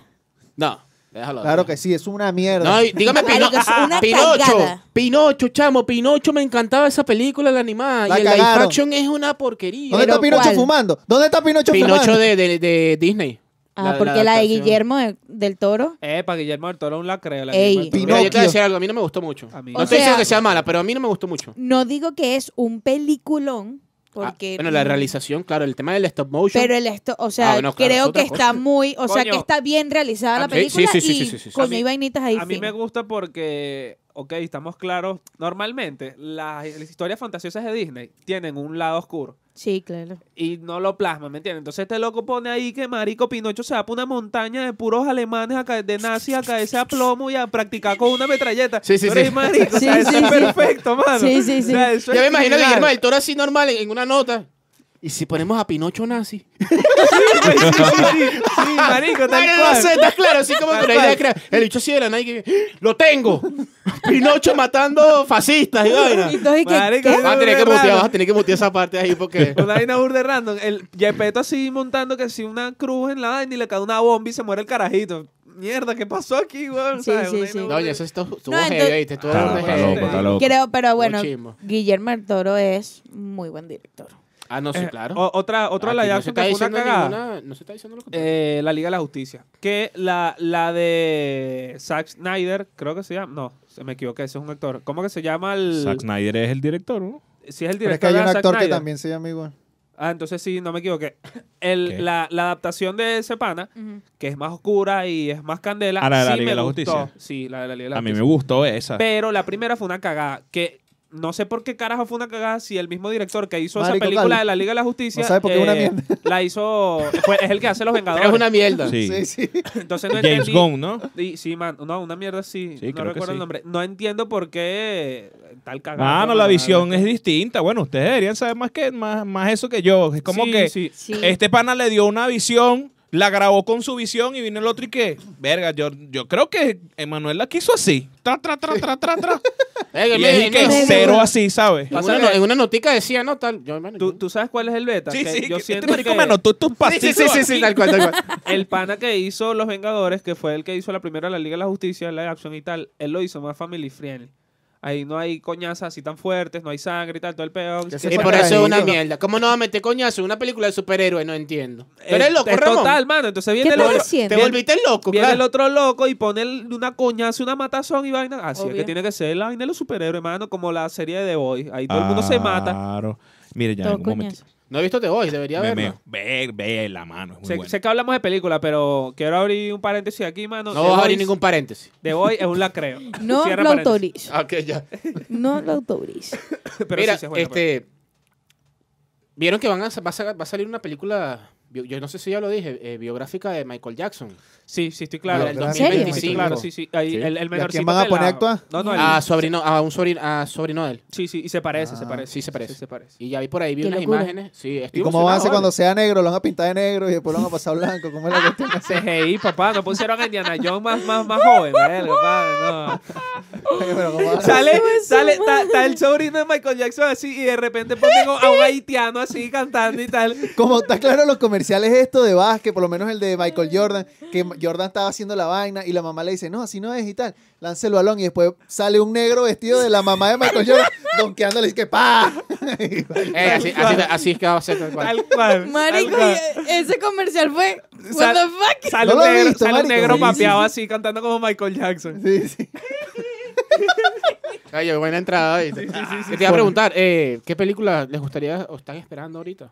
S4: No, déjalo.
S2: Claro que sí, es una mierda.
S4: No, y dígame
S5: Marico,
S4: Pino-
S5: es una
S4: Pinocho.
S5: cagada.
S4: Pinocho, chamo, Pinocho me encantaba esa película, la animada.
S2: La
S4: y el live
S2: cagaron.
S4: action es una porquería.
S2: ¿Dónde está
S5: pero
S2: Pinocho
S5: ¿cuál?
S2: fumando? ¿Dónde está Pinocho,
S4: Pinocho
S2: fumando?
S4: de, de- de Disney.
S5: Ah, porque la de
S4: adaptación.
S5: Guillermo de- del Toro.
S6: Eh, para Guillermo del Toro, un lacreo. la
S5: Ey.
S6: Guillermo del Toro.
S4: Mira, yo te voy a
S2: Pinocchio.
S4: decir algo, a mí no me gustó mucho.
S6: A mí
S4: No estoy
S6: no.
S5: O sea-
S4: diciendo que sea mala, pero a mí no me gustó mucho.
S5: No digo que es un peliculón,
S4: Ah,
S5: porque...
S4: bueno, la realización, claro, el tema del stop motion.
S5: Pero el esto, o sea,
S4: Ah, bueno, claro, es
S5: creo
S4: otra
S5: que
S4: cosa.
S5: está muy, o sea,
S6: Coño.
S5: que está bien realizada
S4: Ah,
S5: la
S4: sí, sí,
S5: película
S4: sí, sí,
S5: y
S4: sí, sí, sí.
S5: coño,
S6: A mí-
S5: hay vainitas ahí.
S6: A mí me
S5: finas.
S6: gusta porque, ok, estamos claros. Normalmente, las, las historias fantasiosas de Disney tienen un lado oscuro
S5: Sí, claro.
S6: y no lo plasman, ¿me entiendes? Entonces este loco pone ahí que Marico Pinocho se va para una montaña de puros alemanes a ca- de nazis a caerse a plomo y a practicar con una metralleta.
S4: Sí, sí,
S6: Tú eres
S4: sí.
S6: marico, o sea,
S5: Sí,
S6: eso
S5: sí,
S6: es
S5: sí.
S6: perfecto, mano.
S5: Sí, sí, sí.
S6: O sea, eso
S4: ya
S6: es
S4: me imagino a
S6: genial.
S4: Guillermo del Toro así normal en, en una nota. ¿Y si ponemos a Pinocho nazi?
S6: sí, sí, sí, sí, marico, tal
S4: Bueno,
S6: cual.
S4: no sé, está claro, así como
S6: Tal
S4: con la idea
S6: cual.
S4: de crear. El bicho sí era Nike. ¡Lo tengo! Pinocho matando fascistas y vaina.
S5: Y entonces, ¿y qué-
S6: Marico,
S5: qué?
S4: Vas a tener que mutear,
S6: Raro.
S4: vas a tener que mutear esa parte ahí porque...
S6: Una vaina burda de random. El Yepeto así montando que si una cruz en la vaina y le cae una bomba y se muere el carajito. Mierda, ¿qué pasó aquí, weón?
S5: Sí,
S6: ¿Sabes?
S5: sí,
S6: Una vaina
S5: sí.
S6: burda.
S4: No, oye, eso estuvo estuvo
S5: No,
S4: heavy,
S5: entonces-
S4: ¿viste? Estuvo
S3: Está,
S4: re
S3: está
S4: heavy.
S3: loco, está loco.
S5: Creo, pero bueno,
S4: chismo.
S5: Guillermo del Toro es muy buen director.
S4: Ah, no, sí,
S6: Eh,
S4: claro.
S6: o- otra otra
S4: Aquí
S6: la
S4: no se
S6: Jackson
S4: está
S6: que fue una
S4: diciendo
S6: cagada.
S4: ninguna- No se está diciendo lo que...
S6: Eh, la Liga de la Justicia. Que la, la de Zack Snyder, creo que se llama. No, se me equivoqué, ese es un actor. ¿Cómo que se llama el.
S3: Zack Snyder es el director, ¿no?
S6: Si es el
S2: Pero es
S6: director
S2: que hay
S6: de
S2: un
S6: Zack
S2: actor que
S6: Snyder.
S2: también se llama igual.
S6: Ah, entonces sí, no me equivoqué.
S3: ¿Qué?
S6: El, la, la adaptación de ese pana, que es más oscura y es más candela.
S3: Ah, la de la
S6: sí
S3: Liga
S6: me
S3: de la
S6: gustó.
S3: Justicia.
S6: Sí, la de la Liga de la
S3: A mí
S6: Justicia.
S3: me gustó esa.
S6: Pero la primera fue una cagada. Que no sé por qué carajo fue una cagada si el mismo director que hizo
S2: Marico,
S6: esa película
S2: Cal.
S6: de la Liga de la Justicia. eh,
S2: No sabe por qué es una mierda.
S6: La hizo. pues, es el que hace Los Vengadores.
S4: Pero es una mierda. Eh,
S3: Sí.
S2: Sí, sí.
S6: Entonces no
S3: James
S6: entendí-
S3: Gunn, ¿no?
S6: Y- sí, man, no, una mierda sí.
S3: Sí, creo
S6: no
S3: que
S6: recuerdo
S3: sí.
S6: el nombre. No entiendo por qué tal cagada.
S3: Mano, la visión es distinta. Bueno, ustedes deberían saber más que más, más eso que yo. Es como
S6: Sí,
S3: que
S6: sí.
S5: Sí.
S3: este pana le dio una visión, la grabó con su visión y vino el otro y que, verga, yo, yo creo que Emanuel la quiso así. Tra, tra, tra, tra, tra, tra.
S4: Eh,
S3: Y
S4: miren,
S3: es que
S4: no.
S3: cero así, ¿sabes?
S4: En una, no- en una notica decía, no, tal. Yo, hermano,
S6: ¿Tú,
S4: yo-
S6: tú sabes cuál es el beta?
S3: Sí,
S6: Que
S3: sí.
S6: yo
S3: este
S6: siento
S3: marico
S6: que
S3: me anotó tus
S4: Sí, sí,
S3: pasitos
S4: sí, sí, sí,
S3: aquí.
S4: tal cual, tal cual.
S6: el pana que hizo Los Vengadores, que fue el que hizo la primera La Liga de la Justicia, la acción y tal, él lo hizo más family friendly. Ahí no hay coñazas así tan fuertes, no hay sangre y tal, todo el pedo.
S2: Que se
S4: Y
S2: fue
S4: por eso es
S2: carajito.
S4: una mierda. ¿Cómo no va a meter coñazo en una película de superhéroes? No entiendo.
S6: Eh,
S4: Pero eres loco,
S6: es
S4: Ramón.
S6: total, mano. Entonces viene el
S5: estás
S6: otro.
S5: haciendo?
S4: Te
S6: viene-
S4: volviste loco,
S6: Viene
S4: claro.
S6: el otro loco y pone el- una coñazo, una matazón y vaina. Así es
S5: Obvio.
S6: que tiene que ser la vaina de los superhéroes, hermano, como la serie de The Boys. Ahí todo el mundo
S3: Ah,
S6: se mata.
S3: Claro. Mire, ya en
S5: Todo
S3: un momento.
S5: coñazo.
S4: No he visto The Voice, debería
S3: Me,
S4: verlo.
S3: ve, ve la mano, es muy
S6: Sé,
S3: bueno.
S6: sé que hablamos de película, pero quiero abrir un paréntesis aquí, mano.
S4: No
S6: The
S4: vas a abrir
S6: Boys-
S4: ningún paréntesis.
S6: The Boys es un lacreo.
S5: No
S6: Cierra
S5: lo
S6: paréntesis.
S5: autorizo.
S4: Ok, ya.
S5: No lo autorizo.
S6: Pero
S4: Mira,
S6: sí, sí es pues. buena,
S4: este. Vieron que van a, va, a, sa- va a salir una película. bio- Yo no sé si ya lo dije, eh, biográfica de Michael Jackson.
S6: pero- Sí, sí, estoy claro.
S4: Para el
S6: Sí,
S5: ¿En serio?
S6: estoy claro, sí, sí. Ahí,
S4: Sí. Ah.
S6: El, el
S2: quién
S6: menorcito
S2: van a
S6: que
S2: poner
S6: la-
S2: a actuar?
S6: No, no, el-
S4: A, sobrino, a un sobrino, a sobrino de él.
S6: Sí, sí, y se parece, se
S2: Ah,
S6: parece.
S4: sí, se parece.
S6: se parece.
S4: Y ya vi por ahí, vi
S5: Qué
S4: unas
S5: locura.
S4: imágenes. Sí, estoy
S2: ¿Y cómo va a hacer
S4: emocionado,
S2: cuando
S4: vale.
S2: sea negro? Lo van a pintar de negro y después lo van a pasar blanco. ¿Cómo es la cuestión?
S4: Ah,
S6: CGI, papá, no pusieron a Indiana Jones más, más, más joven, verga, padre, no.
S2: Pero ¿cómo va a-
S6: Sale, sale, está, está el sobrino de Michael Jackson así y de repente ponen a un haitiano así cantando y tal.
S2: Como está claro en los comerciales esto de básquet, por lo menos el de Michael Jordan, que Jordan estaba haciendo la vaina y la mamá le dice, no, así no es y tal, lance el balón y después sale un negro vestido de la mamá de Michael Jordan, donkeándole y que pa.
S4: Eh, así, así- así es que va a ser tal cual.
S6: Tal cual.
S5: Marico,
S6: tal cual.
S5: y ese comercial fue. What
S6: Sal-
S5: the fuck?
S6: Sale
S2: No
S6: un
S2: lo he
S6: negro,
S2: visto,
S6: sale un
S2: marico.
S6: negro
S2: Sí, sí,
S6: mapeado así cantando como Michael Jackson.
S2: Sí, sí.
S4: Oye, buena entrada. ¿viste? Te iba a preguntar, eh, ¿qué película les gustaría o están esperando ahorita?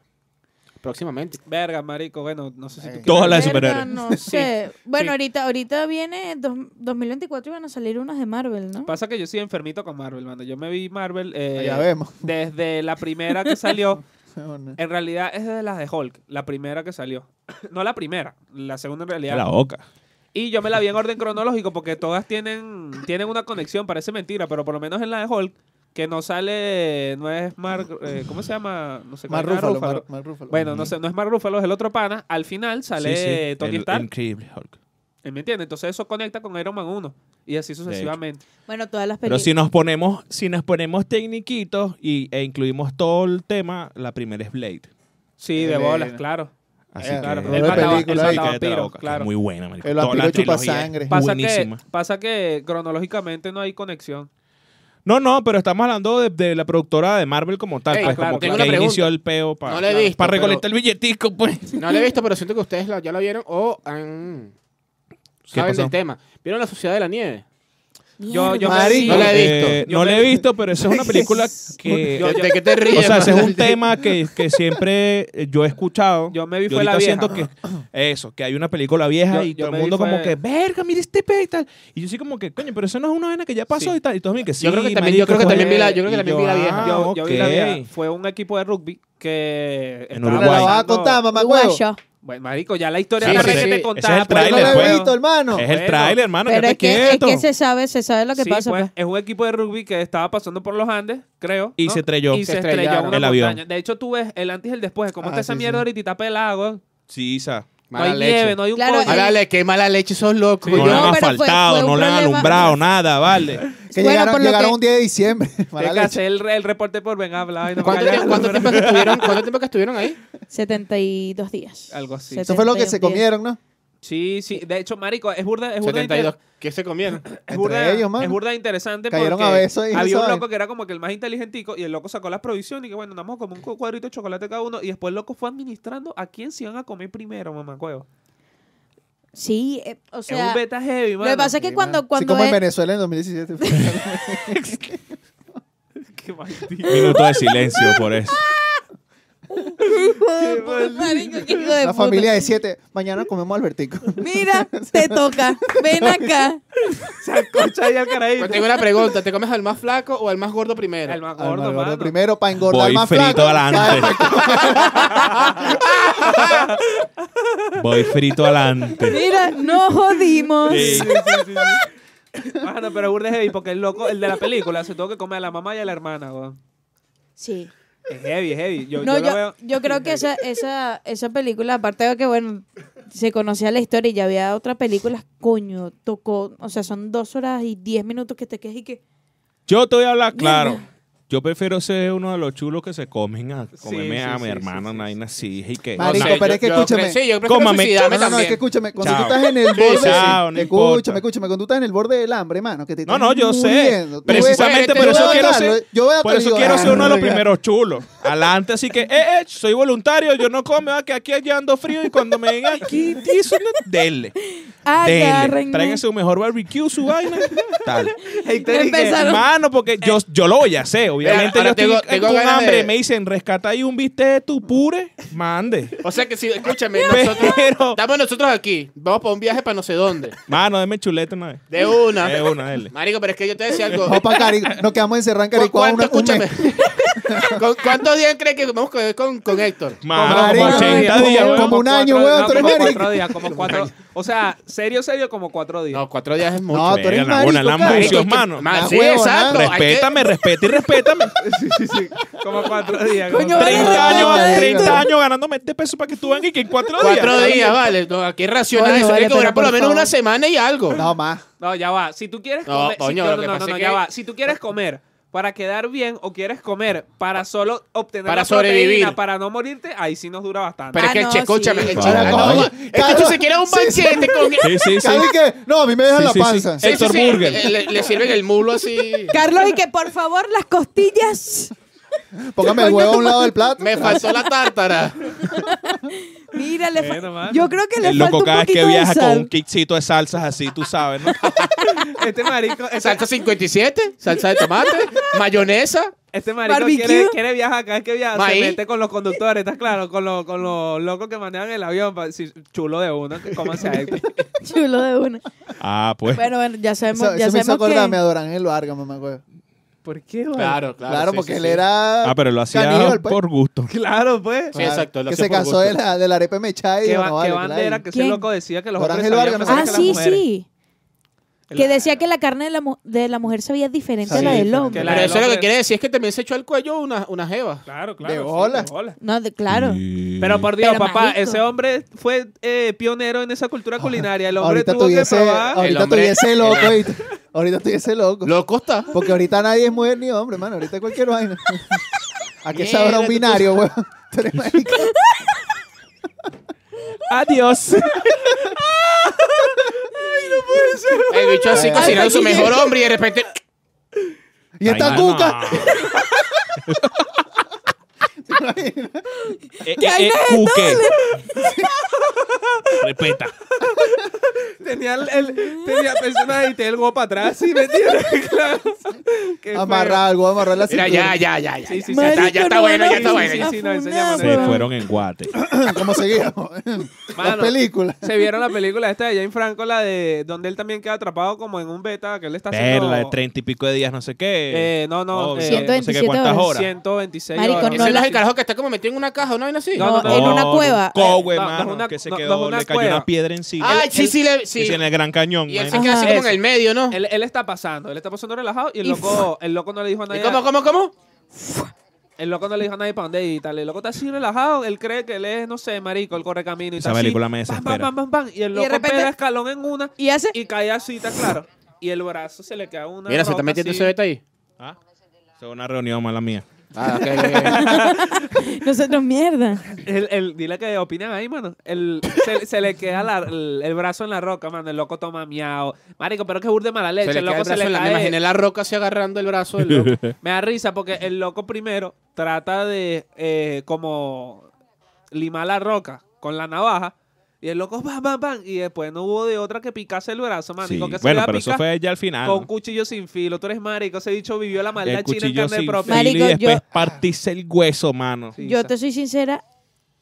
S4: Próximamente.
S6: Verga, marico, bueno, no sé si tú
S3: Todas las de
S5: Verga,
S3: superhéroes.
S5: No sé. Bueno,
S6: sí.
S5: ahorita, ahorita viene dos- 2024 y van a salir unas de Marvel, ¿no?
S6: Pasa que yo soy enfermito con Marvel, mano. Yo me vi Marvel eh,
S2: Ah, Ya vemos.
S6: desde la primera que salió. En realidad es de las de Hulk, la primera que salió. No la primera, la segunda en realidad.
S3: la boca.
S6: Y yo me la vi en orden cronológico porque todas tienen, tienen una conexión, parece mentira, pero por lo menos en la de Hulk, que no sale, no es Mark, eh, ¿cómo se llama? No sé,
S2: Más
S6: cuál es,
S2: Rúfalo,
S6: Ruffalo.
S2: Mar- Mark Ruffalo.
S6: Bueno, no, sé, no es Mark Ruffalo, es el otro pana. Al final sale
S3: Sí, sí,
S6: Tony
S3: el-
S6: Stark,
S3: Increíble Hulk.
S6: ¿me entiendes? Entonces eso conecta con Iron Man 1 y así sucesivamente.
S5: Bueno, todas las
S3: Pero
S5: películas.
S3: si nos ponemos, si nos ponemos tecniquitos y, e incluimos todo el tema, la primera es Blade.
S6: Sí, de
S2: Elena.
S6: bolas, claro.
S3: Así
S2: Eh,
S3: que,
S2: claro,
S6: el
S2: de
S6: mataba- el
S2: película,
S6: mataba
S3: Cállate la
S6: vampiros,
S3: boca, que es
S6: claro.
S3: muy buena, marico.
S2: El
S3: Toda
S2: vampiro
S3: la
S2: chupa
S3: trilogía es
S2: sangre.
S6: Pasa que,
S3: buenísima.
S6: pasa que cronológicamente no hay conexión.
S3: No, no, pero estamos hablando de, de la productora de Marvel como tal,
S4: Ey,
S3: pues
S6: claro,
S3: como que,
S6: tengo
S3: que
S4: una
S3: inició
S4: pregunta.
S3: el peo para
S4: No la he visto,
S3: recolectar
S4: pero-
S3: el billetico, pues.
S4: No la he visto, pero siento que ustedes la- ya la vieron o han, saben
S3: pasó?
S4: del tema. ¿Vieron La Sociedad de la Nieve?
S6: Yo, yo
S2: Marico.
S6: sí,
S4: No la he visto.
S3: Eh,
S6: Yo
S3: no
S6: me-
S3: la he visto, pero esa es una película que... eh,
S6: Yo-
S4: ¿De qué te ríes?
S3: o sea, ese es un
S4: Manuel?
S3: tema que, que siempre eh, yo he escuchado.
S6: Yo me vi
S3: Y
S6: fue la
S3: ahorita
S6: vieja.
S3: siento que eso, que hay una película vieja
S6: Yo-
S3: y
S6: yo
S3: todo
S6: me
S3: el
S6: vi
S3: mundo como
S6: fue-
S3: que, verga, mira este peo y tal. Y yo sí como que, coño, pero eso no es una vaina que ya pasó
S6: Sí.
S3: y tal. Y todos me que sí,
S4: Yo creo que también-
S3: marico,
S4: yo creo que
S3: fue-
S4: también vi la- eh. yo creo que
S3: y
S4: también vi la vieja.
S3: ah,
S6: yo, yo vi la
S3: ok.
S6: vieja. Fue un equipo de rugby que
S3: En
S6: estaba
S3: Uruguay.
S2: La vas a
S6: pasando-
S2: contar, mamá huevo.
S5: Uruguayo.
S6: Bueno, marico, ya la historia
S4: Sí,
S6: está
S4: sí,
S6: re que
S4: sí.
S6: te
S4: Ese
S6: contaba,
S3: es el
S6: pues,
S2: Pero no
S3: tráiler,
S2: lo
S3: pues.
S2: he visto, hermano.
S3: Es
S6: Bueno.
S3: el tráiler, hermano.
S5: Pero
S3: quédate
S5: es que, es
S3: quieto.
S5: que se sabe, se sabe lo que
S6: Sí,
S5: pasa.
S6: pues,
S5: pues.
S6: es un equipo de rugby que estaba pasando por los Andes, creo.
S3: Y
S6: ¿no?
S3: se estrelló.
S6: Y se
S4: Se
S6: estrelló en
S4: estrellaron.
S6: una
S3: El
S6: montaña.
S3: avión.
S6: De hecho, tú ves el antes y el después. ¿Cómo
S2: Ah,
S6: está esa
S2: sí, sí.
S6: mierda ahorita? Está pelado.
S3: Sí, Isa.
S6: No
S4: Mala
S6: hay
S4: leche.
S6: nieve, no hay un
S5: Claro,
S6: coño.
S5: eh,
S4: Mala leche, qué mala leche, sos locos.
S3: No
S5: Sí.
S3: le
S5: No,
S3: han
S5: pero fue-
S3: asfaltado,
S5: fue un
S3: no le han
S5: problema.
S3: alumbrado, nada, vale.
S2: Que
S5: Bueno, por
S2: llegaron,
S5: lo
S2: llegaron
S5: que-
S2: un día de diciembre. Mala
S6: Hay que
S2: leche.
S6: hacer el, el reporte por Ben Habla. Ay, no me
S4: ¿Cuánto,
S6: calles.
S4: tiempo- cuánto tiempo que estuvieron, ¿Cuánto tiempo que estuvieron ahí?
S5: 72 días.
S6: Algo así.
S2: Eso fue lo que se
S5: 71 días.
S2: comieron, ¿no?
S6: Sí, sí. De hecho, marico, es burda, es burda, inter-
S4: 72. ¿Qué se comieron?
S6: es burda,
S2: ellos, mano.
S6: es burda interesante
S2: Cayeron
S6: porque
S2: a besos y
S6: había un
S2: ¿sabes?
S6: loco que era como que el más inteligentico y el loco sacó las provisiones y que bueno, andamos como un cu- cuadrito de chocolate cada uno y después el loco fue administrando a quién se iban a comer primero, mamá cueva.
S5: Sí, eh, o
S6: es
S5: sea,
S6: un beta heavy,
S5: lo
S6: mano.
S5: que pasa es que
S4: Sí, mano.
S5: cuando,
S2: Así
S5: cuando
S2: como en
S5: es-
S2: Venezuela en 2017.
S6: Qué maldito.
S3: Minuto de silencio por eso.
S5: Marico, qué hijo de
S2: La
S5: puta.
S2: familia de siete. Mañana comemos Albertico.
S5: Mira, te toca. Ven acá.
S6: Sacocha ahí al carajito.
S4: Pues tengo una pregunta, ¿te comes al más flaco o al más gordo primero?
S6: El más
S2: Al
S6: gordo,
S2: Marlboro
S6: mano.
S2: primero para engordar
S3: Voy
S2: más
S3: frito
S2: flaco.
S3: adelante. Voy frito adelante.
S5: Mira, no jodimos.
S3: Sí.
S6: Mano, pero burda es heavy porque el loco, el de la película, se tuvo que comer a la mamá y a la hermana, weón.
S5: Sí.
S6: Es heavy, es heavy. Yo,
S5: No,
S6: yo, la
S5: yo,
S6: veo-
S5: yo creo que esa, esa, esa película, aparte de que, bueno, se conocía la historia y ya había otras películas, coño, tocó, o sea, son dos horas y diez minutos que te quedas y que...
S3: Yo te voy a hablar claro. Yo prefiero ser uno de los chulos que se comen a comerme
S6: sí,
S3: a
S6: sí,
S3: mi
S6: sí,
S3: hermano,
S6: sí,
S3: una vaina así. Y que,
S2: Marico,
S3: No,
S2: pero es que
S4: yo-
S2: escúchame.
S4: Yo, pre- sí, yo prefiero
S3: Cómame.
S2: No, no,
S4: suicidarme
S2: no, es
S4: también.
S2: que escúchame, cuando tú
S3: Chao.
S2: estás en el
S3: Sí,
S2: borde,
S3: chao, no importa.
S2: escúchame, escúchame, cuando tú estás en el borde del hambre, hermano, que te
S3: No,
S2: estás
S3: no, yo sé.
S2: muriendo, tú ves-
S3: Precisamente
S2: yo
S4: por
S2: veo
S4: eso
S2: a
S3: quiero
S2: Carlos,
S3: ser-
S2: yo veo a
S3: Por
S2: Carlos y
S3: eso
S2: digo,
S3: quiero ser uno de los
S2: "Verga".
S3: primeros chulos. Adelante, así que, eh, eh, soy voluntario, yo no como, ah, que aquí allá ando frío y cuando me vengan aquí, eso no- denle, denle.
S5: Agárrenme.
S3: Traigan su mejor barbecue, su vaina, tal.
S6: Hater y que-
S5: Empezaron.
S3: Hermano, porque yo, yo lo voy a hacer, obviamente
S4: ahora
S3: yo estoy
S4: tengo- tengo
S3: con
S4: ganas
S3: hambre,
S4: de-
S3: me dicen, rescata ahí un bistec de tu pure, mande.
S4: O sea que si, escúchame, nosotros,
S3: Pero,
S4: estamos nosotros aquí, vamos para un viaje para no sé dónde.
S3: mano, deme chuleta una vez.
S4: De una.
S3: De una, dele.
S4: Marico, pero es que yo te decía algo.
S2: Vamos pa' Cari- nos quedamos encerrados en
S4: ¿Cu-
S2: Caricuá
S4: cuánto-
S2: una- un
S4: escúchame.
S2: mes.
S4: ¿Con- ¿Cuántos días crees que vamos con, con, con Héctor?
S3: Mano, como
S2: Marico,
S3: 80
S2: como-
S3: días,
S2: como
S3: weón.
S2: un año,
S6: cuatro-
S2: weón,
S6: no,
S2: tú eres
S6: como
S2: marico.
S6: cuatro días, como cuatro. O sea, serio, serio, como cuatro días.
S4: No, cuatro días es mucho.
S2: No, tú eres
S3: Verga, la buena,
S2: marico,
S3: la
S2: Carlos.
S3: ambición,
S4: que-
S3: mano.
S4: ma-
S2: La
S4: sí,
S2: huevona.
S4: exacto. hay que-
S3: Respétame, respeta y respétame.
S6: Como cuatro días.
S5: Coño,
S6: como-
S5: vale,
S3: 30 años,
S5: respeta
S3: 30
S2: esto.
S3: años ganándome este peso para que tú vengas y que en 4 días.
S4: Cuatro días, vale. No, aquí es racional.
S5: Coño,
S4: eso
S5: vale,
S4: hay que durar
S5: pero
S4: por lo
S5: por
S4: menos una
S5: favor.
S4: semana y algo.
S2: No, más.
S6: No, ya va. Si tú quieres
S4: No,
S6: comer. si-
S4: coño,
S6: no,
S4: lo
S6: no,
S4: que
S6: no,
S4: pasa
S6: no,
S4: es
S6: ya
S4: que-
S6: va. Si tú quieres comer para quedar bien o quieres comer para solo obtener
S4: Para
S6: la proteína,
S4: sobrevivir.
S6: para no morirte, ahí sí nos dura bastante.
S4: Pero
S5: Ah,
S4: es que el
S5: no,
S4: che,
S5: sí.
S4: escúchame. El che,
S3: Ahora,
S4: ah, no,
S3: ¿cómo?
S4: va. es que tú se quieres un
S2: Sí, sí.
S4: banquete con.
S3: Sí, sí, sí.
S2: Cari que, no, a mí me dejan
S3: Sí,
S2: la
S3: sí, sí.
S2: panza.
S4: Sí, sí,
S3: Héctor
S4: sí,
S3: Burger.
S4: Le, le sirven el mulo así.
S5: Carlos, y que por favor las costillas.
S2: Póngame el huevo a un lado del plato.
S4: Me faltó la tártara.
S5: Mira, le fa-
S6: Bueno, mano.
S5: yo creo que le
S3: El
S5: falta
S3: loco
S5: un
S3: cada vez
S5: poquito
S3: que viaja
S5: de
S3: con
S5: sal.
S3: un kitcito de salsas así, tú sabes, ¿no?
S6: Este marico, este,
S4: Salsa 57, salsa de tomate, mayonesa.
S6: este marico
S5: Barbecue.
S6: quiere, quiere viajar cada vez que viaja. Se
S4: Maíz.
S6: mete con los conductores, ¿estás claro? Con, los con los locos que manejan el avión. pa- si- chulo de uno, que cómanse a esto.
S5: Chulo de una.
S3: Ah, pues.
S5: Bueno, bueno, ya sabemos,
S2: Eso,
S5: ya
S2: eso me hizo
S5: sabemos
S2: acordarme a
S5: que...
S2: Don Ángel Vargas, mamá. güey.
S6: ¿Por qué, güey?
S4: Claro, claro.
S2: Claro,
S4: sí,
S2: porque
S4: sí,
S2: él
S4: sí.
S2: era.
S3: Ah, pero lo hacía
S2: caníbal, pues.
S3: por gusto.
S6: Claro, pues.
S4: Sí, exacto. lo
S2: Que
S4: hacía
S2: se
S4: por
S2: casó
S4: gusto.
S2: de la, de la arepa mechada y
S6: ¿Qué,
S2: dijo,
S6: ba-
S2: no, vale,
S6: qué
S2: que la
S6: bandera
S2: hay.
S6: que ese
S5: ¿Quién?
S6: loco decía que los
S2: Por
S6: hombres
S2: Ángel
S6: sabían
S2: Vargas, no
S6: mejor
S5: Ah,
S2: sabía
S6: que las
S5: sí,
S6: mujeres.
S5: sí. Que decía que la carne de la, mu- de la mujer sabía diferente a
S2: Sí,
S5: la del
S6: diferente.
S5: hombre.
S6: la
S4: Pero
S6: del
S4: eso lo que
S6: hombre.
S4: quiere decir es que también se echó al cuello una, una jeva.
S6: Claro, claro.
S2: De
S6: sí,
S2: bola.
S5: No, de- claro.
S3: Sí.
S6: Pero por Dios,
S5: Pero,
S6: papá,
S5: marico.
S6: ese hombre fue eh, pionero en esa cultura culinaria. El hombre
S2: Ah, Ahorita ah,
S6: tuvo que
S2: tuviese,
S6: probar.
S4: El
S2: ahorita
S4: hombre-
S2: tuviese loco. ¿viste? Ahorita tuviese loco.
S4: Loco está.
S2: Porque ahorita nadie es mujer ni hombre, mano. Ahorita cualquier vaina. ¿A qué
S4: Mierda,
S2: sabrá un
S4: tú-
S2: binario, weón? Tú eres marico.
S6: Adiós.
S4: El bicho así
S2: Ay,
S4: cocinando su
S5: aquí
S4: mejor hombre y de repente.
S2: Y esta
S3: Ay, no.
S2: cuca.
S3: Eh, eh, eh, cuque. Respeta.
S6: pues, tenía el, el- tenía personas y te el huevo para atrás, ¿sí me entiendes? Claro. que
S2: Amarrar algo, amarrar la
S4: Mira,
S2: cintura.
S4: ya, ya, ya, ya.
S6: Sí, sí,
S4: ya, está,
S5: Marico,
S4: ya está
S5: no,
S4: bueno, ya
S5: no,
S4: está
S5: sí,
S4: bueno.
S5: sí,
S4: ya.
S5: sí,
S6: no, ese ya
S5: afunado,
S6: me
S3: Se
S5: weón.
S3: fueron en guate.
S2: Ah, ¿Cómo seguíamos? Las
S6: Mano.
S2: películas.
S6: Se vieron la película esta de Jane Franco, la de donde él también queda atrapado como en un beta, que él está haciendo...
S3: Perla de treinta y pico de días, no sé qué.
S6: Eh, no, no,
S3: Oh,
S6: eh,
S3: no sé qué
S5: 127
S3: cuántas
S5: horas.
S3: horas.
S6: 126
S5: Marico,
S6: horas.
S5: no
S4: Ese no es
S5: la-
S4: el carajo que está como metido en una caja, una vaina así.
S6: No, no, no.
S5: en una
S3: No,
S5: cueva.
S3: Un cogue,
S6: Eh, no,
S3: mano,
S6: no es una-
S3: que se
S6: no, no es
S3: quedó,
S6: una
S3: le cayó una
S6: cueva.
S3: piedra encima.
S4: Ay,
S6: Él-
S4: sí,
S6: él-
S4: sí, le-
S3: Y
S4: sí.
S3: en el Gran Cañón.
S4: Y él se
S3: man.
S4: queda así como en
S6: Eso.
S4: el medio, ¿no?
S6: Él, él está pasando, él está pasando relajado y el
S5: Y
S6: loco, el loco no le dijo a
S4: ¿Y
S6: nadie.
S4: cómo, cómo, cómo?
S6: El loco no le dijo a nadie para dónde ir y tal. El loco está así relajado, él cree que él es, no sé, marico, el correcamino y
S3: Esa
S6: tal. así,
S3: película me
S6: pam,
S3: desespera.
S6: Pam, pam, pam, pam, Y el
S5: Y de
S6: loco
S5: repente-
S6: pega escalón en una
S5: Y hace.
S6: y cae así, está claro. Y el brazo se le queda una.
S4: Mira, se está
S6: roca
S4: metiendo
S6: así.
S4: ese beta ahí.
S3: Ah, eso es una reunión mala mía.
S4: Ah, ok, ok, ok.
S5: Nosotros mierda.
S6: El, el- dile que opinan ahí, mano. El, se, se le queda la- el, el brazo en la roca, mano. El loco toma miau. Marico, pero es que burde mala
S4: Se
S6: leche.
S4: le
S6: el
S4: cae
S6: loco
S4: el
S6: se
S4: brazo
S6: le
S4: en la-
S6: cae.
S4: Me imaginé la roca así agarrando el brazo del loco.
S6: Me da risa porque el loco primero trata de eh, como limar la roca con la navaja. Y el loco, bam, bam, bam. Y después no hubo de otra que picase el brazo,
S3: Sí.
S6: manico. Que se le
S3: Bueno,
S6: iba a
S3: pero eso
S6: picar
S3: fue ya al final.
S6: Con
S3: ¿no?
S6: cuchillo sin filo. Tú eres marico. Ese dicho vivió la maldad
S3: El
S6: china en
S3: cuchillo
S6: carne
S3: sin
S6: propia.
S3: filo y
S5: Marico, yo-
S3: después partís el hueso, mano.
S6: Sí,
S5: Yo
S6: sa-
S5: te soy sincera,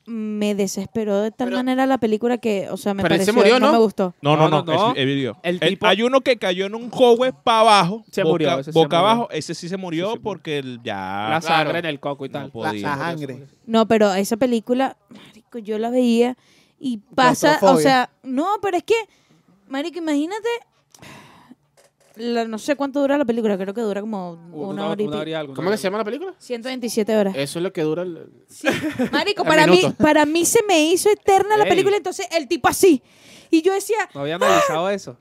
S5: me desesperó de tal
S4: Pero-
S5: manera la película que, o sea, me
S4: Pero él
S5: pareció,
S4: se murió, ¿no?
S5: me gustó.
S3: No, no, no.
S6: No, no, no.
S3: es- es video.
S6: El
S3: El-
S6: tipo-
S3: hay uno que cayó en un cogue para abajo.
S6: Se
S3: boca,
S6: murió, ese se
S3: boca
S6: murió.
S3: abajo. Ese sí se murió
S6: Sí, se murió.
S3: porque el- ya.
S4: Claro.
S6: La sangre en el coco y
S3: no
S6: tal.
S2: La
S3: podía.
S2: sangre.
S5: No, pero esa película, marico, yo la veía y pasa, o
S2: Claustrofobia.
S5: sea, no, pero es que, marico, imagínate, la- no sé cuánto dura la película, creo que dura
S4: Uh,
S5: como una, hora y
S6: una hora y
S5: pico.
S6: algo,
S4: ¿Cómo
S6: una
S4: que se llama la película?
S5: 127 horas.
S4: Eso es lo que dura el...
S5: Marico,
S4: El
S5: para mí,
S4: minuto.
S5: para mí se me hizo eterna la
S6: Ey.
S5: película, entonces el tipo así. Y yo decía,
S6: No había analizado eso.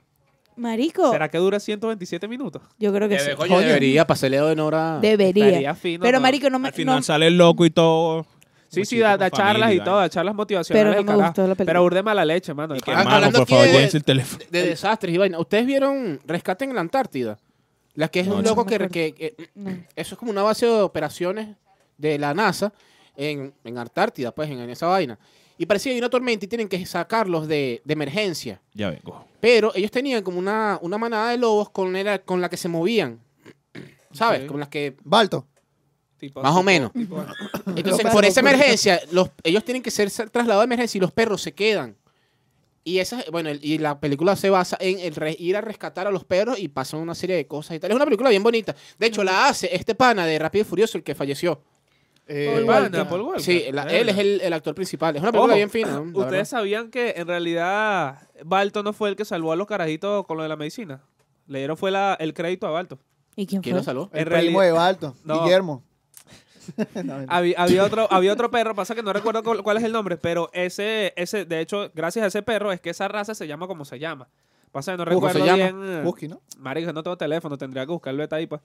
S5: marico,
S6: ¿Será que dura 127 minutos?
S5: yo creo que sí.
S4: Debe- coño, debería pasarle de honor a...
S5: Debería.
S6: Estaría fino,
S5: Pero
S6: ¿no?
S5: marico, no me...
S3: Al final
S5: no-
S3: sale el loco y todo.
S6: Sí, sí,
S3: Muchísimo
S6: da, da charlas y
S3: familia,
S6: todo, da charlas motivacionales.
S5: Pero no
S6: y
S5: me
S6: carajo.
S5: gustó la película.
S6: Pero urde mala leche, mano.
S3: Y que,
S6: Ah,
S4: Ah,
S3: mano,
S4: hablando
S3: por
S4: aquí
S3: favor,
S4: de-
S3: llévense el teléfono.
S4: de desastres y vaina. ¿Ustedes vieron Rescate en la Antártida? La que es
S3: No,
S4: un
S3: no.
S4: loco
S5: No
S4: que,
S5: me
S4: que- que-
S5: no.
S4: Eso es como una base de operaciones de la NASA en, en Antártida, pues, en, en esa vaina. Y parecía que hay una tormenta y tienen que sacarlos de, de emergencia.
S3: Ya vengo.
S4: Pero ellos tenían como una, una manada de lobos con, era- con la que se movían. ¿Sabes?
S6: Ok.
S4: Con las que...
S2: Balto.
S6: tipo-
S4: Más o
S6: tipo-
S4: menos.
S6: tipo-
S4: Entonces,
S2: perros,
S4: por esa
S2: por ejemplo.
S4: emergencia, los, ellos tienen que ser sa- trasladados de emergencia y los perros se quedan. Y esa, bueno, el- y la película se basa en el re- ir a rescatar a los perros y pasan una serie de cosas y tal. Es una película bien bonita. De hecho, la hace este pana de Rápido y Furioso, el que falleció.
S2: Eh,
S6: Paul Walker. Eh, Paul Walker.
S4: Sí, la- él es el, el actor principal. Es una película
S6: Ojo,
S4: bien fina. ¿no? La
S6: Ustedes
S4: verdad.
S6: sabían que en realidad Balto no fue el que salvó a los carajitos con lo de la medicina. Le dieron fue la- el crédito a Balto.
S5: ¿Y quién
S4: ¿Quién
S5: fue?
S4: lo salvó?
S2: El
S6: En
S2: primo
S6: realidad-
S2: de Balto.
S6: No. Ah,
S2: Guillermo. No, mentira.
S6: Había, había otro, había otro perro, pasa que no recuerdo cuál, cuál es el nombre, pero ese, ese, de hecho, gracias a ese perro es que esa raza se llama como se llama. Pasa que no
S4: ¿Cómo se
S6: recuerdo
S4: llama?
S6: bien. eh,
S2: Busqui, ¿no?
S6: Marico, no tengo teléfono, tendría que buscarlo está ahí, pues.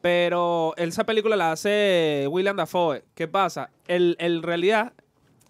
S6: Pero esa película la hace William Dafoe. ¿Qué pasa? El, el realidad.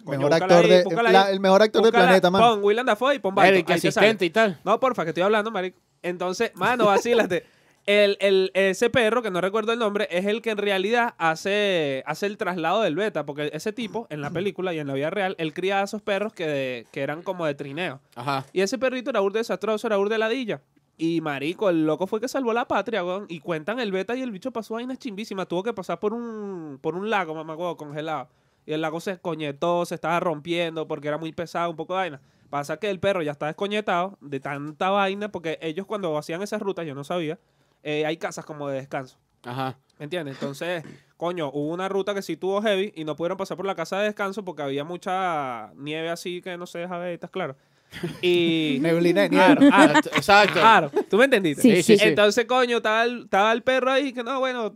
S6: Coño,
S2: Mejor
S6: búscala
S2: actor
S6: ahí,
S2: de,
S6: búscala
S2: la-
S6: ahí.
S2: el mejor actor del
S6: Búscala,
S2: planeta, man.
S6: Pon William Dafoe y pon
S4: El
S6: Balto.
S4: que
S6: Ahí te sale.
S4: asistente y tal.
S6: No, porfa, que estoy hablando, marico. Entonces, mano, vacílate. El, el, ese perro, que no recuerdo el nombre, es el que en realidad hace, hace el traslado del beta, porque ese tipo, en la película y en la vida real, él criaba a esos perros que, de- que eran como de trineo.
S4: Ajá.
S6: Y ese perrito era urde desastroso, era urde ladilla. Y marico, el loco fue que salvó la patria, weón. Y cuentan el beta y el bicho pasó vainas chimbísimas. Tuvo que pasar por un, por un lago, mamá, weón, congelado. Y el lago se escoñetó, se estaba rompiendo porque era muy pesado, un poco de vaina. Pasa que el perro ya está descoñetado de tanta vaina porque ellos cuando hacían esas rutas, yo no sabía, eh, hay casas como de descanso.
S4: Ajá.
S6: ¿Me entiendes? Entonces, coño, hubo una ruta que sí tuvo heavy y no pudieron pasar por la casa de descanso porque había mucha nieve así que no se deja ver, ¿estás claro? Y...
S2: Neblina de nieve.
S6: Claro, claro,
S4: Exacto. Exacto.
S6: claro. ¿Tú me entendiste?
S5: Sí, sí, sí.
S6: Ah. Entonces, coño, estaba el, estaba el perro ahí que no, bueno,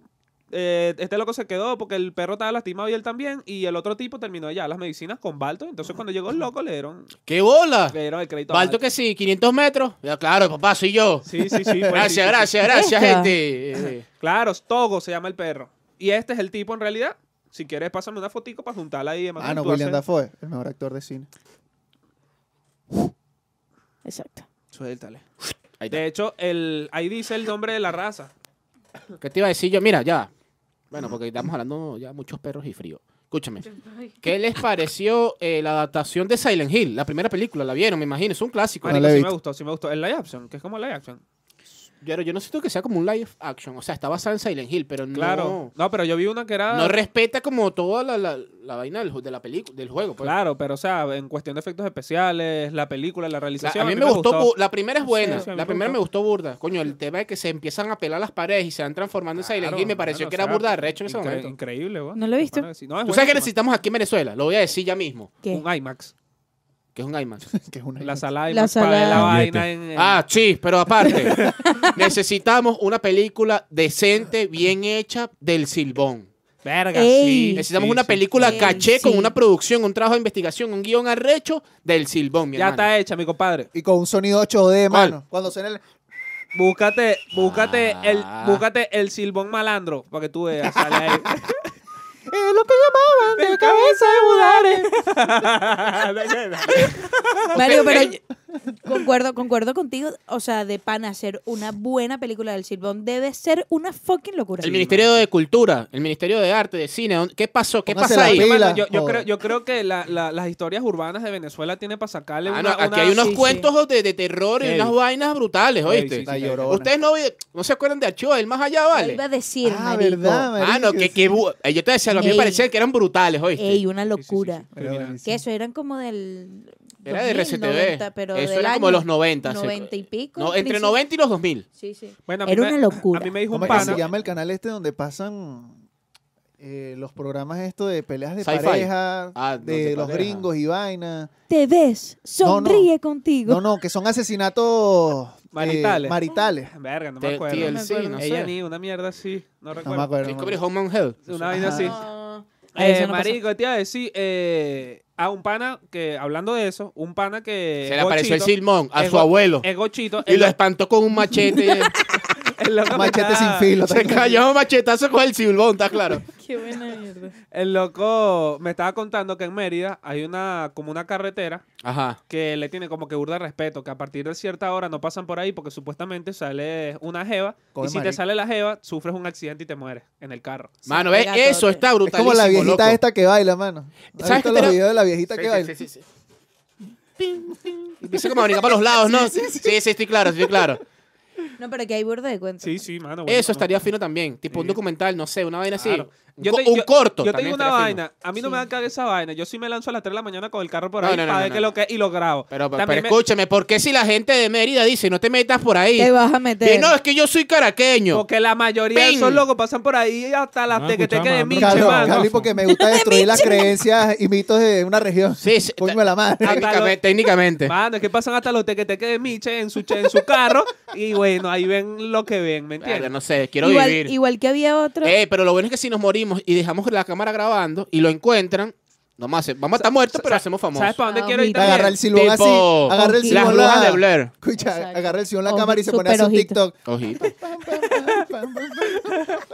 S6: eh, este loco se quedó porque el perro estaba lastimado y él también. Y el otro tipo terminó ya las medicinas con Balto. Entonces, cuando llegó el loco, le dieron,
S4: ¡Qué bola!
S6: le dieron el crédito. a
S4: Balto que sí, 500 metros. Ya, claro, papá, soy yo.
S6: Sí, sí, sí. pues, sí, sí,
S4: gracias,
S6: sí.
S4: gracias, gracias,
S5: Esta.
S4: gente. Eh,
S6: Claro, Togo se llama el perro. Y este es el tipo en realidad. Si quieres, pásame una fotico para juntarla ahí.
S2: Ah,
S6: Emanuel,
S2: no,
S6: tú
S2: William
S6: haces-
S2: Dafoe, el mejor actor de cine.
S5: Exacto.
S6: Suéltale.
S4: Ahí está.
S6: De hecho, el, ahí dice el nombre de la raza.
S4: ¿Qué te iba a decir yo? Mira, ya. Bueno, porque estamos hablando ya muchos perros y frío. Escúchame. ¿Qué les pareció eh, la adaptación de Silent Hill? La primera película, la vieron, me imagino. Es un clásico.
S2: Bueno,
S6: Marico,
S2: la he
S6: sí
S2: visto.
S6: me gustó, sí me gustó. El live action, que es como live action.
S4: Pero yo no siento que sea como un live action. O sea, está basada en Silent Hill, pero
S6: Claro. No. pero yo vi una que
S4: no,
S6: era.
S4: no respeta como toda la, la- la vaina del, ju- de la película, del juego. pues.
S6: Claro, pero o sea, en cuestión de efectos especiales, la película, la
S4: La-
S6: realización.
S4: a mí me, gustó, bu- la primera es buena,
S6: Sí, sí, a mí
S4: la
S6: me
S4: primera me
S6: gustó.
S4: gustó burda. Coño, el tema de que se empiezan a pelar las paredes y se van transformando en Silent Hill me pareció que era burda de recho en ese momento.
S6: Increíble, weón.
S5: No lo he visto.
S6: Claro que sí. No, es
S4: Tú sabes que
S6: buenísima.
S4: necesitamos aquí en Venezuela, lo voy a decir ya mismo,
S5: ¿Qué?
S6: Un IMAX.
S4: que es un IMAX.
S2: que es una
S6: La sala
S5: La
S6: IMAX para
S5: sala-
S6: ver la vaina
S3: Siete.
S6: en. en-
S4: Ah, sí, pero aparte, necesitamos una película decente, bien hecha del Silbón.
S6: Verga,
S5: Ey.
S6: sí.
S4: Necesitamos
S6: sí,
S4: una
S6: sí.
S4: película
S5: sí.
S4: caché con
S5: Sí.
S4: una producción, un trabajo de investigación, un guión arrecho del Silbón, mi
S6: Ya
S4: hermano.
S6: está hecha, mi compadre.
S2: Y con un sonido 8D,
S4: ¿Cuál?
S2: mano. Cuando suena el...
S6: Búscate, búscate
S4: Ah.
S6: el, búscate el silbón malandro para que tú veas. Sale ahí.
S2: Es lo que llamaban
S6: de cabeza de budare.
S5: Mario, pero yo- concuerdo, concuerdo contigo. O sea, de pan hacer una buena película del Silbón debe ser una fucking locura.
S4: El Ministerio de Cultura, el Ministerio de Arte, de Cine, ¿dónde- ¿qué pasó? ¿Qué
S2: Póngase
S4: pasa
S2: la
S4: ahí?
S2: pila.
S6: Hermano, yo,
S4: Oh.
S6: yo
S2: Joder.
S6: creo, yo creo que la- la- las historias urbanas de Venezuela tiene para sacarle
S4: Ah,
S6: una,
S4: no, aquí
S6: una-
S4: hay unos
S5: sí, sí.
S4: cuentos De, de terror y
S6: Heavy.
S4: unas vainas brutales,
S6: Heavy,
S4: ¿oíste?
S6: sí, sí.
S2: La llorona.
S4: Ustedes no, vi- no se acuerdan de Archivo del Más Allá,
S5: Yo
S4: ¿vale?
S5: iba a decir,
S2: Ah,
S5: marico.
S2: verdad, marico.
S4: Ah, no, que, que bu- eh, yo te decía, a mí me
S5: Ey.
S4: parecía que eran brutales, ¿oíste?
S5: Ey, una locura.
S2: Era buenísimo.
S5: Que eso eran como del.
S4: Era de
S5: 2000,
S4: RCTV.
S5: 90, pero
S4: Eso
S5: del
S4: era como
S5: año
S4: los 90. se-
S5: 90 y pico.
S4: No, entre
S5: principio.
S4: 90 y los 2000.
S5: Sí, sí.
S6: Bueno, a mí
S5: Era
S6: me-
S5: una locura.
S6: A mí me dijo
S2: ¿Cómo
S6: un
S2: es que se
S6: pana.
S2: llama el canal este donde pasan eh, los programas estos de peleas de
S4: Sci-fi.
S2: pareja,
S4: Ah, no,
S2: de,
S4: de
S2: los
S4: pareja.
S2: gringos y vaina?
S5: Te ves,
S2: No, no.
S5: sonríe contigo.
S2: No, no, que son asesinatos eh,
S6: Maritales.
S2: maritales.
S6: Verga, no
S4: T-
S6: me acuerdo.
S4: TLC,
S5: No me acuerdo.
S4: no sé.
S6: Ella ni una mierda así.
S2: No
S6: No
S2: me
S6: recuerdo.
S2: acuerdo. no me
S4: Ah. Discovery
S2: acuerdo.
S4: Home and Hell.
S6: una vaina
S2: Ajá.
S6: así.
S5: No.
S6: Eh,
S5: Eso no pasa.
S6: marico, te iba a decir eh, a un pana que, hablando de eso, un pana que.
S4: Se le apareció el
S6: Gochito,
S4: Silmón a
S6: es
S4: su
S6: go-
S4: abuelo.
S6: Es gochito.
S4: Y lo espantó con un machete.
S6: el loco me
S2: Machete sin
S6: estaba-
S2: filo.
S4: se cayó un machetazo con el Silbón, está claro.
S5: Qué buena mierda.
S6: El loco me estaba contando que en Mérida hay una como una carretera
S4: Ajá.
S6: que le tiene como que burda de respeto, que a partir de cierta hora no pasan por ahí porque supuestamente sale una jeva
S2: Come
S6: y si
S2: marico.
S6: te sale la jeva sufres un accidente y te mueres en el carro.
S4: Mano, ¿ves?
S5: pegatote.
S4: Eso está
S2: Es
S4: brutal.
S2: como la viejita esta que baila, mano. ¿Has
S4: ¿Sabes
S2: visto
S4: qué
S2: los
S4: te-
S2: videos de la viejita que baila?
S4: Empieza como a brincar para los lados, ¿no? Sí, sí, estoy claro, estoy claro.
S5: No, pero que hay burda de cuentos.
S6: Sí, sí, mano. bueno,
S4: Eso
S6: no.
S4: estaría fino también. Tipo un
S6: Sí.
S4: documental, no sé, una vaina así.
S6: Claro.
S4: Un,
S6: Yo
S4: co-
S6: te-
S4: un
S6: yo-
S4: corto.
S6: Yo te
S4: también
S6: digo una
S4: estaría fino.
S6: vaina, a mí no
S5: Sí.
S6: me da caga esa vaina, yo sí me lanzo a las 3 de la mañana con el carro por
S4: No,
S6: ahí
S4: no, no,
S6: para
S4: no,
S6: ver
S4: no,
S6: qué
S4: no.
S6: lo que es y lo grabo.
S4: Pero, pero,
S6: También me-
S4: escúchame, ¿por qué si la gente de Mérida dice no te metas por ahí?
S5: Te vas a meter.
S4: Bien, no, es que yo soy caraqueño.
S6: Porque la mayoría de
S4: ¡Ping!
S6: esos locos pasan por ahí hasta las
S3: No,
S6: te que te
S3: escuchaba,
S6: quede
S3: mano.
S6: minche,
S2: Carlos,
S3: Calor,
S6: mano.
S2: Carlos, porque me gusta destruir las creencias y mitos de una región.
S4: Sí, sí,
S2: Coño de la madre.
S6: Ah,
S4: Técnicamente, técnicamente.
S6: Mano, es que pasan hasta los tequeteques de Miche en su, che- en su carro y bueno, ahí ven lo que ven, ¿me
S4: Verga,
S6: entiendes?
S4: no sé, quiero
S5: igual,
S4: vivir.
S5: igual que había otro.
S4: Eh, pero lo bueno es que si nos morimos y dejamos la cámara grabando y lo encuentran, nomás se- vamos a estar muertos, pero hacemos famosos.
S6: ¿Sabes para dónde
S5: Ah,
S6: quiero ir
S5: ojito.
S2: Agarra
S6: también?
S2: el silbón así.
S4: Tipo,
S2: Agarra el
S5: ojito.
S4: Las
S2: silbón.
S4: lunas de
S2: la-
S4: Blair.
S2: Escucha,
S5: Exacto.
S2: agarra el silbón la
S5: Ojo,
S2: cámara y se pone a hacer un
S5: superojito.
S2: TikTok.
S4: Ojito.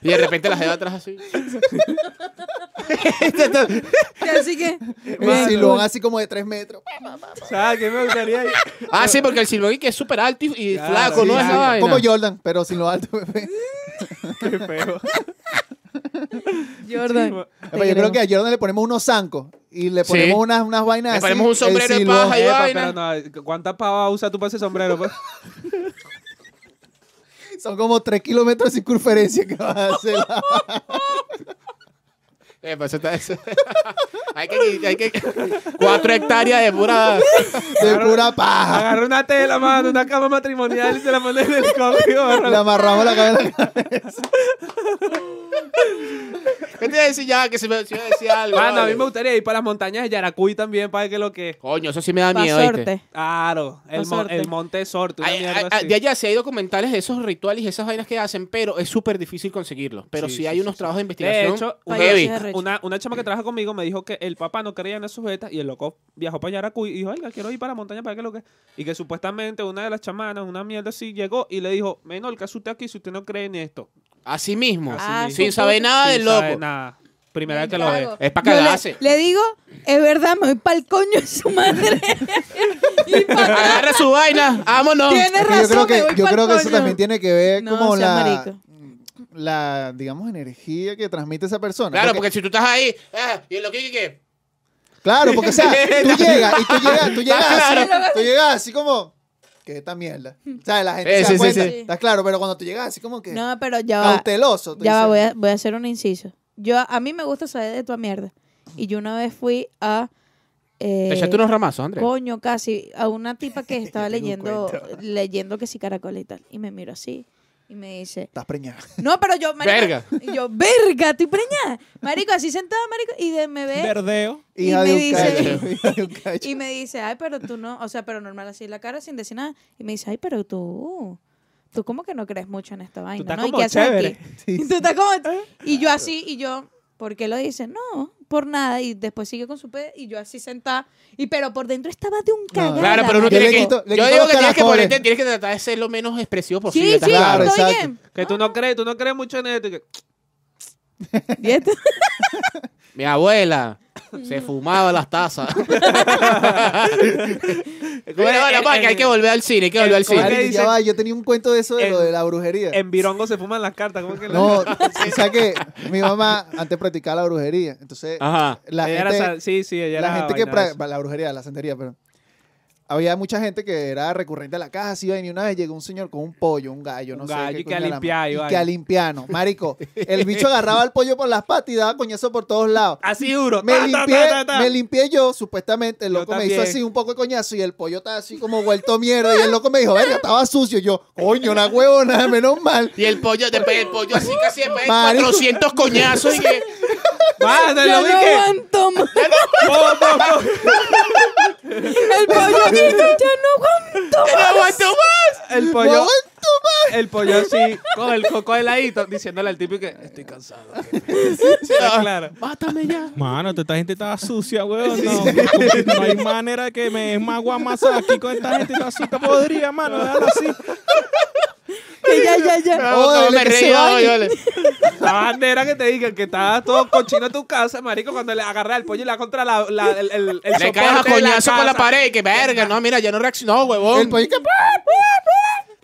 S4: Y de repente las de atrás así.
S5: Así que.
S2: El silbón así como de tres metros.
S6: ¿Sabes qué me gustaría ir?
S4: Ah, sí, porque el silbón y que es súper alto y, y
S6: Claro,
S4: flaco,
S6: sí,
S4: ¿no? Es
S6: sí.
S4: la vaina.
S2: Como Jordan, pero sin lo alto. Pepe.
S6: Qué feo.
S5: Jordan.
S2: Epa, Yo creo que a Jordan le ponemos unos zancos y le
S4: Sí.
S2: ponemos unas, unas vainas
S4: Le
S2: así.
S4: ponemos un
S2: el
S4: sombrero de
S2: silbón.
S4: paja y-
S6: Epa,
S4: vaina.
S6: pero no, ¿cuántas pavas usas tú para ese sombrero? pues?
S2: Son como tres kilómetros de circunferencia que vas a hacer.
S4: Eh, pues eso está- eso- hay que, hay que- cuatro hectáreas de pura.
S2: De pura paja.
S6: Agarra una tela, mano, una cama matrimonial y se la pones en el
S2: Le
S6: código.
S2: amarramos la cabeza.
S4: ¿Qué te iba a decir ya? Que se me se iba a decir algo.
S6: Mano, a mí
S4: vale.
S6: me gustaría ir para las montañas de Yaracuy también para ver qué es lo que es.
S4: Coño, eso sí me da miedo. ¿oíste?
S5: Pasorte.
S6: Claro, el, mon-
S5: Pasorte.
S6: el monte Sorte, una
S4: Ay,
S6: mierda
S4: ay, ay,
S6: así.
S4: de allá sí hay documentales de esos rituales y esas vainas que hacen, pero es súper difícil conseguirlos. Pero sí,
S6: Sí, sí,
S4: hay
S6: sí,
S4: unos
S6: sí.
S4: trabajos de investigación.
S6: De hecho,
S5: Para
S4: heavy.
S5: allá sí arrecho.
S6: Una, una chama que trabaja conmigo me dijo que el papá no creía en las sujetas y el loco viajó para Yaracuy y dijo, oiga, quiero ir para la montaña para que lo que... Y que supuestamente una de las chamanas, una mierda así, llegó y le dijo, Menor, ¿qué hace usted aquí si usted no cree en esto?
S4: Así mismo.
S5: Ah,
S6: mismo.
S4: sin saber nada
S6: Sin
S4: del
S6: saber
S4: loco.
S6: Nada. Primera vez que lo ve.
S5: Cago.
S4: Es pa'
S5: Yo le-
S4: cagarse.
S5: Le, digo, es verdad, me voy pa'l coño de su madre. y pa-
S4: Agarra su vaina, vámonos.
S5: Tiene
S2: Es que yo creo
S5: razón, me
S2: que,
S5: voy
S2: yo
S5: pa'l
S2: creo que eso
S5: coño.
S2: también tiene que ver
S5: No,
S2: como
S5: sea
S2: la,
S5: marico.
S2: la, digamos, energía que transmite esa persona.
S4: Claro, porque si tú estás ahí, ah, y lo que que
S2: Claro, porque o sea, tú llegas y tú llegas, tú llegas,
S4: Claro.
S2: así, tú llegas así como, que es esta mierda. O sea, la gente se
S4: Sí,
S2: da
S4: sí, sí,
S2: cuenta.
S5: sí.
S2: Está claro, pero cuando tú llegas así como que
S5: No, pero ya va.
S2: cauteloso. tú
S5: Ya va,
S2: dices,
S5: voy a, voy a hacer un inciso. Yo, a mí me gusta saber de tu mierda. Y yo una vez fui a... eh,
S4: Te echaste unos ramazos, Andrés.
S5: Coño, casi. A una tipa que estaba
S2: tengo un
S5: leyendo,
S2: cuento.
S5: leyendo que sí caracola y tal. Y me miro así. Y me dice,
S2: Estás preñada.
S5: no, pero yo, marico.
S4: Verga.
S5: Y yo, verga, estoy preñada. Marico, así sentada, marico. Y de, me ve.
S3: Verdeo.
S5: Y
S2: Hija
S5: me
S2: de un
S5: dice-
S2: cacho. hija de un cacho.
S5: Y me dice, ay, pero tú no, o sea, pero normal así la cara sin decir nada. Y me dice, ay, pero tú, tú como que no crees mucho en esta vaina,
S3: estás
S5: ¿no? ¿Y
S3: como
S5: qué haces
S3: chévere.
S5: aquí? Tú estás como- Y yo así, y yo, ¿por qué lo dice? No, por nada. Y después sigue con su pe, y yo así sentada. Y pero por dentro estaba de un cagada.
S4: Claro, pero uno
S2: Yo
S4: tiene
S2: le
S4: que.
S2: quito- le
S4: yo
S2: quito
S4: digo
S2: los
S4: que tienes que,
S2: caracoles.
S4: ponerte, tienes que tratar de ser lo menos expresivo posible.
S5: Sí, sí,
S4: ¿estás claro?
S5: estoy
S2: exacto.
S5: bien.
S6: Que tú no crees, tú no crees mucho en esto. y que-
S5: Y esto-
S4: Mi abuela se fumaba las tazas. bueno,
S6: eh,
S4: bueno, pa, que hay que volver al cine, hay que volver al
S6: ¿Cómo
S2: Marico,
S6: que
S4: cine.
S6: dice?
S2: ya va, yo tenía un cuento de eso de lo
S6: En-
S2: de la brujería.
S6: En Virongo se fuman las cartas. ¿Cómo es que la-
S2: No, o sea que mi mamá antes practicaba la brujería. Entonces,
S4: Ajá.
S2: la
S6: Ella era
S2: gente,
S6: sa- sí, sí, ella
S2: la
S6: era
S2: gente que
S6: Ah, vaina de
S2: pra- la brujería, la santería, pero había mucha gente que era recurrente a la casa, iba y una vez llegó un señor con un pollo, un gallo, no
S6: Un
S2: sé
S6: gallo y que
S2: coño
S6: a
S2: era la madre,
S6: limpiar, y
S2: y
S6: vaina.
S2: que a limpiano, marico. El bicho agarraba el pollo por las patas y daba coñazo por todos lados.
S6: Así duro.
S2: Me
S6: Ah, ta, ta,
S2: limpié,
S6: ta, ta, ta.
S2: me limpié yo, supuestamente. El
S6: Yo
S2: loco me hizo
S6: también.
S2: así un poco de coñazo y el pollo estaba así como vuelto mierda. Y el loco me dijo, verga, estaba sucio. Y yo, coño, una huevona, menos mal.
S4: Y el pollo, después el pollo así casi después de
S2: Marico.
S4: 400 coñazos y que...
S6: Mano,
S5: yo
S6: lo
S5: no
S6: vi que-
S5: aguanto más.
S6: Po, po, po.
S5: El pollo, yo no aguanto
S4: ¡No
S5: más.
S4: aguanto más!
S6: El
S2: No
S6: pollo,
S2: aguanto más.
S6: el pollo así, con el coco heladito, diciéndole al tipo que estoy cansado. que me- Está claro.
S4: ¡Mátame ya!
S3: Mano, esta gente está sucia, weón. No, no, hay manera que me magua más aquí con esta gente. Está sucia, podría, mano. Déjala así.
S5: Que ya, ya, ya.
S4: No,
S2: dale,
S4: no, me
S2: que se
S4: reí, no,
S2: bañe.
S4: dale.
S6: La bandera que te digan que estaba todo cochino en tu casa, marico, cuando le agarra el pollo y le da contra la, la- el, el, el
S4: Le
S6: soporte
S4: caes a
S6: de
S4: coñazo con la
S6: casa.
S4: pared y que verga, no, mira, ya no reaccionó,
S2: El
S4: huevón.
S2: pollo que...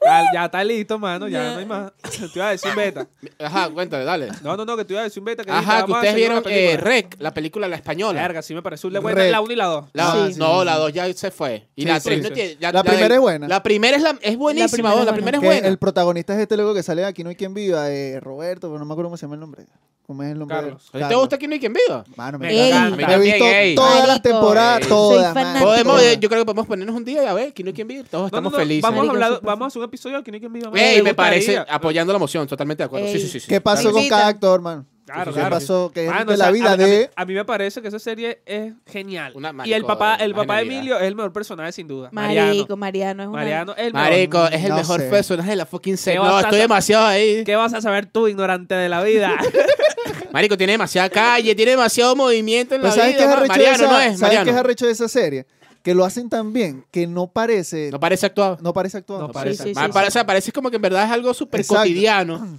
S6: Ya, ya está listo, mano, ya
S5: Ya.
S6: no hay más. Te iba a decir beta.
S4: Ajá, cuéntale, dale.
S6: No, no, no, que te iba a decir beta. Que
S4: Ajá,
S6: dijiste,
S4: que
S6: vamos a
S4: ustedes
S6: seguir
S4: vieron
S6: una
S4: eh,
S6: película.
S4: Rec, la película la española.
S6: Verga, sí me pareció una buena
S2: Red.
S6: la 1 y la dos.
S4: La-
S2: Ah, sí,
S4: no,
S2: sí.
S4: la dos ya se fue. Y
S2: Sí,
S4: la
S2: sí,
S4: tres no
S2: sí.
S4: tiene-
S2: La primera
S4: del-
S2: es buena.
S4: La primera es, la, es buenísima, huevón, la primera es
S2: Que
S4: buena.
S2: El protagonista es este loco que sale aquí, no hay quien viva, eh, Roberto, pero no me acuerdo cómo se llama el nombre. ¿Cómo es el nombre? de él?
S6: Carlos.
S4: ¿A ti ¿Te gusta que no hay quien viva?
S2: Mano, me
S5: Ey.
S2: encanta.
S5: A mí
S2: Me he
S4: también,
S2: visto
S4: ey.
S2: todas las
S5: Marico,
S2: temporas,
S5: soy
S2: todas.
S5: fanática.
S2: mano,
S4: Podemos,
S2: todas.
S4: eh, yo creo que podemos ponernos un día y a ver, ¿quién no hay quien vive? Todos
S6: No, no,
S4: estamos
S6: no,
S4: felices.
S6: Vamos a,
S5: Marico,
S6: hablar,
S5: súper.
S6: vamos a hacer un episodio que no hay quien viva.
S4: Ey, me
S6: gustaría.
S4: parece, apoyando la moción, totalmente de acuerdo. Sí,
S5: Ey.
S4: sí, sí, sí.
S2: ¿Qué pasó
S4: Claro.
S2: con
S5: Chiquita.
S2: cada actor, mano?
S6: Claro,
S2: ¿Qué
S6: claro.
S2: pasó? Que es
S6: Mano,
S2: de
S6: o sea,
S2: la vida
S6: a mí- a
S2: de...
S6: mí- A, mí me parece que esa serie es genial.
S4: Una-
S6: y el
S4: marico,
S6: papá, el
S4: una
S6: papá de
S4: genialidad.
S6: Emilio es el mejor personaje, sin duda.
S5: Marico, Mariano es una...
S6: Mariano, Mariano es el mejor.
S4: Marico, es el
S2: No
S4: mejor
S2: sé.
S4: personaje de la fucking serie.
S6: vas
S4: No,
S6: a
S4: estoy
S6: sa-
S4: demasiado ahí.
S6: ¿Qué vas a saber tú, ignorante de la vida?
S4: Marico, tiene demasiada calle, tiene demasiado movimiento en
S2: Pero Pues,
S4: la
S2: ¿sabes qué
S4: vida.
S2: es
S4: Ma-
S2: arrecho de
S4: Mariano,
S2: esa-
S4: no es,
S2: ¿Sabes qué es
S4: Mariano.
S2: arrecho de esa serie? Que lo hacen tan bien que no parece...
S4: No parece actuado.
S2: No parece actuado.
S6: No parece.
S5: Sí, sí,
S4: Ma-
S5: sí,
S4: parece, parece como que en verdad es algo súper
S2: Exacto.
S4: cotidiano.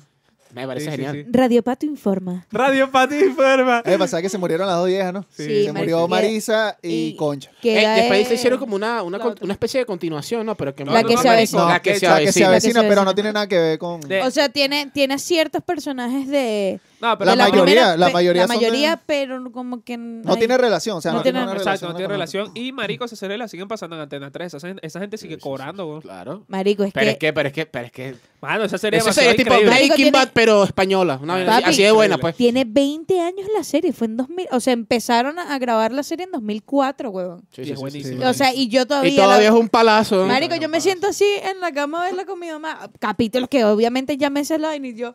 S4: Me parece
S6: Sí, sí,
S4: genial.
S6: sí.
S5: Radio Pato informa.
S6: Radio Pati Enferma.
S2: Eh, pasa que se murieron las dos viejas, ¿no?
S5: Sí,
S2: se
S5: marico,
S2: murió
S5: que-
S2: Marisa y,
S5: y-
S2: Concha.
S5: Que
S4: Eh,
S5: ya
S4: después se
S5: es-
S4: hicieron como una, una,
S5: La
S4: con-
S5: otra.
S4: una especie de continuación, ¿no? Pero que
S5: La que se avecina.
S4: La que
S6: No,
S4: se
S2: La que se
S4: avecina.
S2: avecina, pero
S5: avecina.
S2: no tiene nada que ver con...
S6: De-
S5: O sea, tiene, tiene a ciertos personajes de...
S6: No, pero
S2: La
S5: de
S2: mayoría,
S5: primera,
S2: la
S5: pe-
S2: mayoría
S5: La
S2: son
S5: mayoría,
S2: de-
S5: pero como que...
S2: No tiene relación, o sea,
S5: No
S2: no,
S5: tiene-
S2: tiene, una
S6: Exacto,
S2: relación.
S6: no tiene relación. Y Marico, esa serie la siguen pasando en Antena 3. Esa, gente- esa gente sigue cobrando, weón.
S4: Claro.
S5: Marico, es
S4: Pero es
S5: que...
S4: que, pero es que, pero es que.
S6: Mano, esa serie
S4: Esa
S6: es
S4: serie es tipo
S6: increíble.
S5: Marico,
S4: Breaking
S5: tiene-
S4: Bad, pero española. Una vaina así-
S5: Papi.
S4: así de buena, pues.
S5: Tiene 20 años la serie, fue en 2000, o sea, empezaron a a grabar la serie en 2004, huevón.
S6: Y es buenísimo.
S5: O sea, y yo todavía...
S4: Y todavía
S5: la-
S4: es un palazo.
S5: Marico, yo me siento así en la cama a verla con mi mamá. Capítulos que obviamente ya me sé la vaina y yo...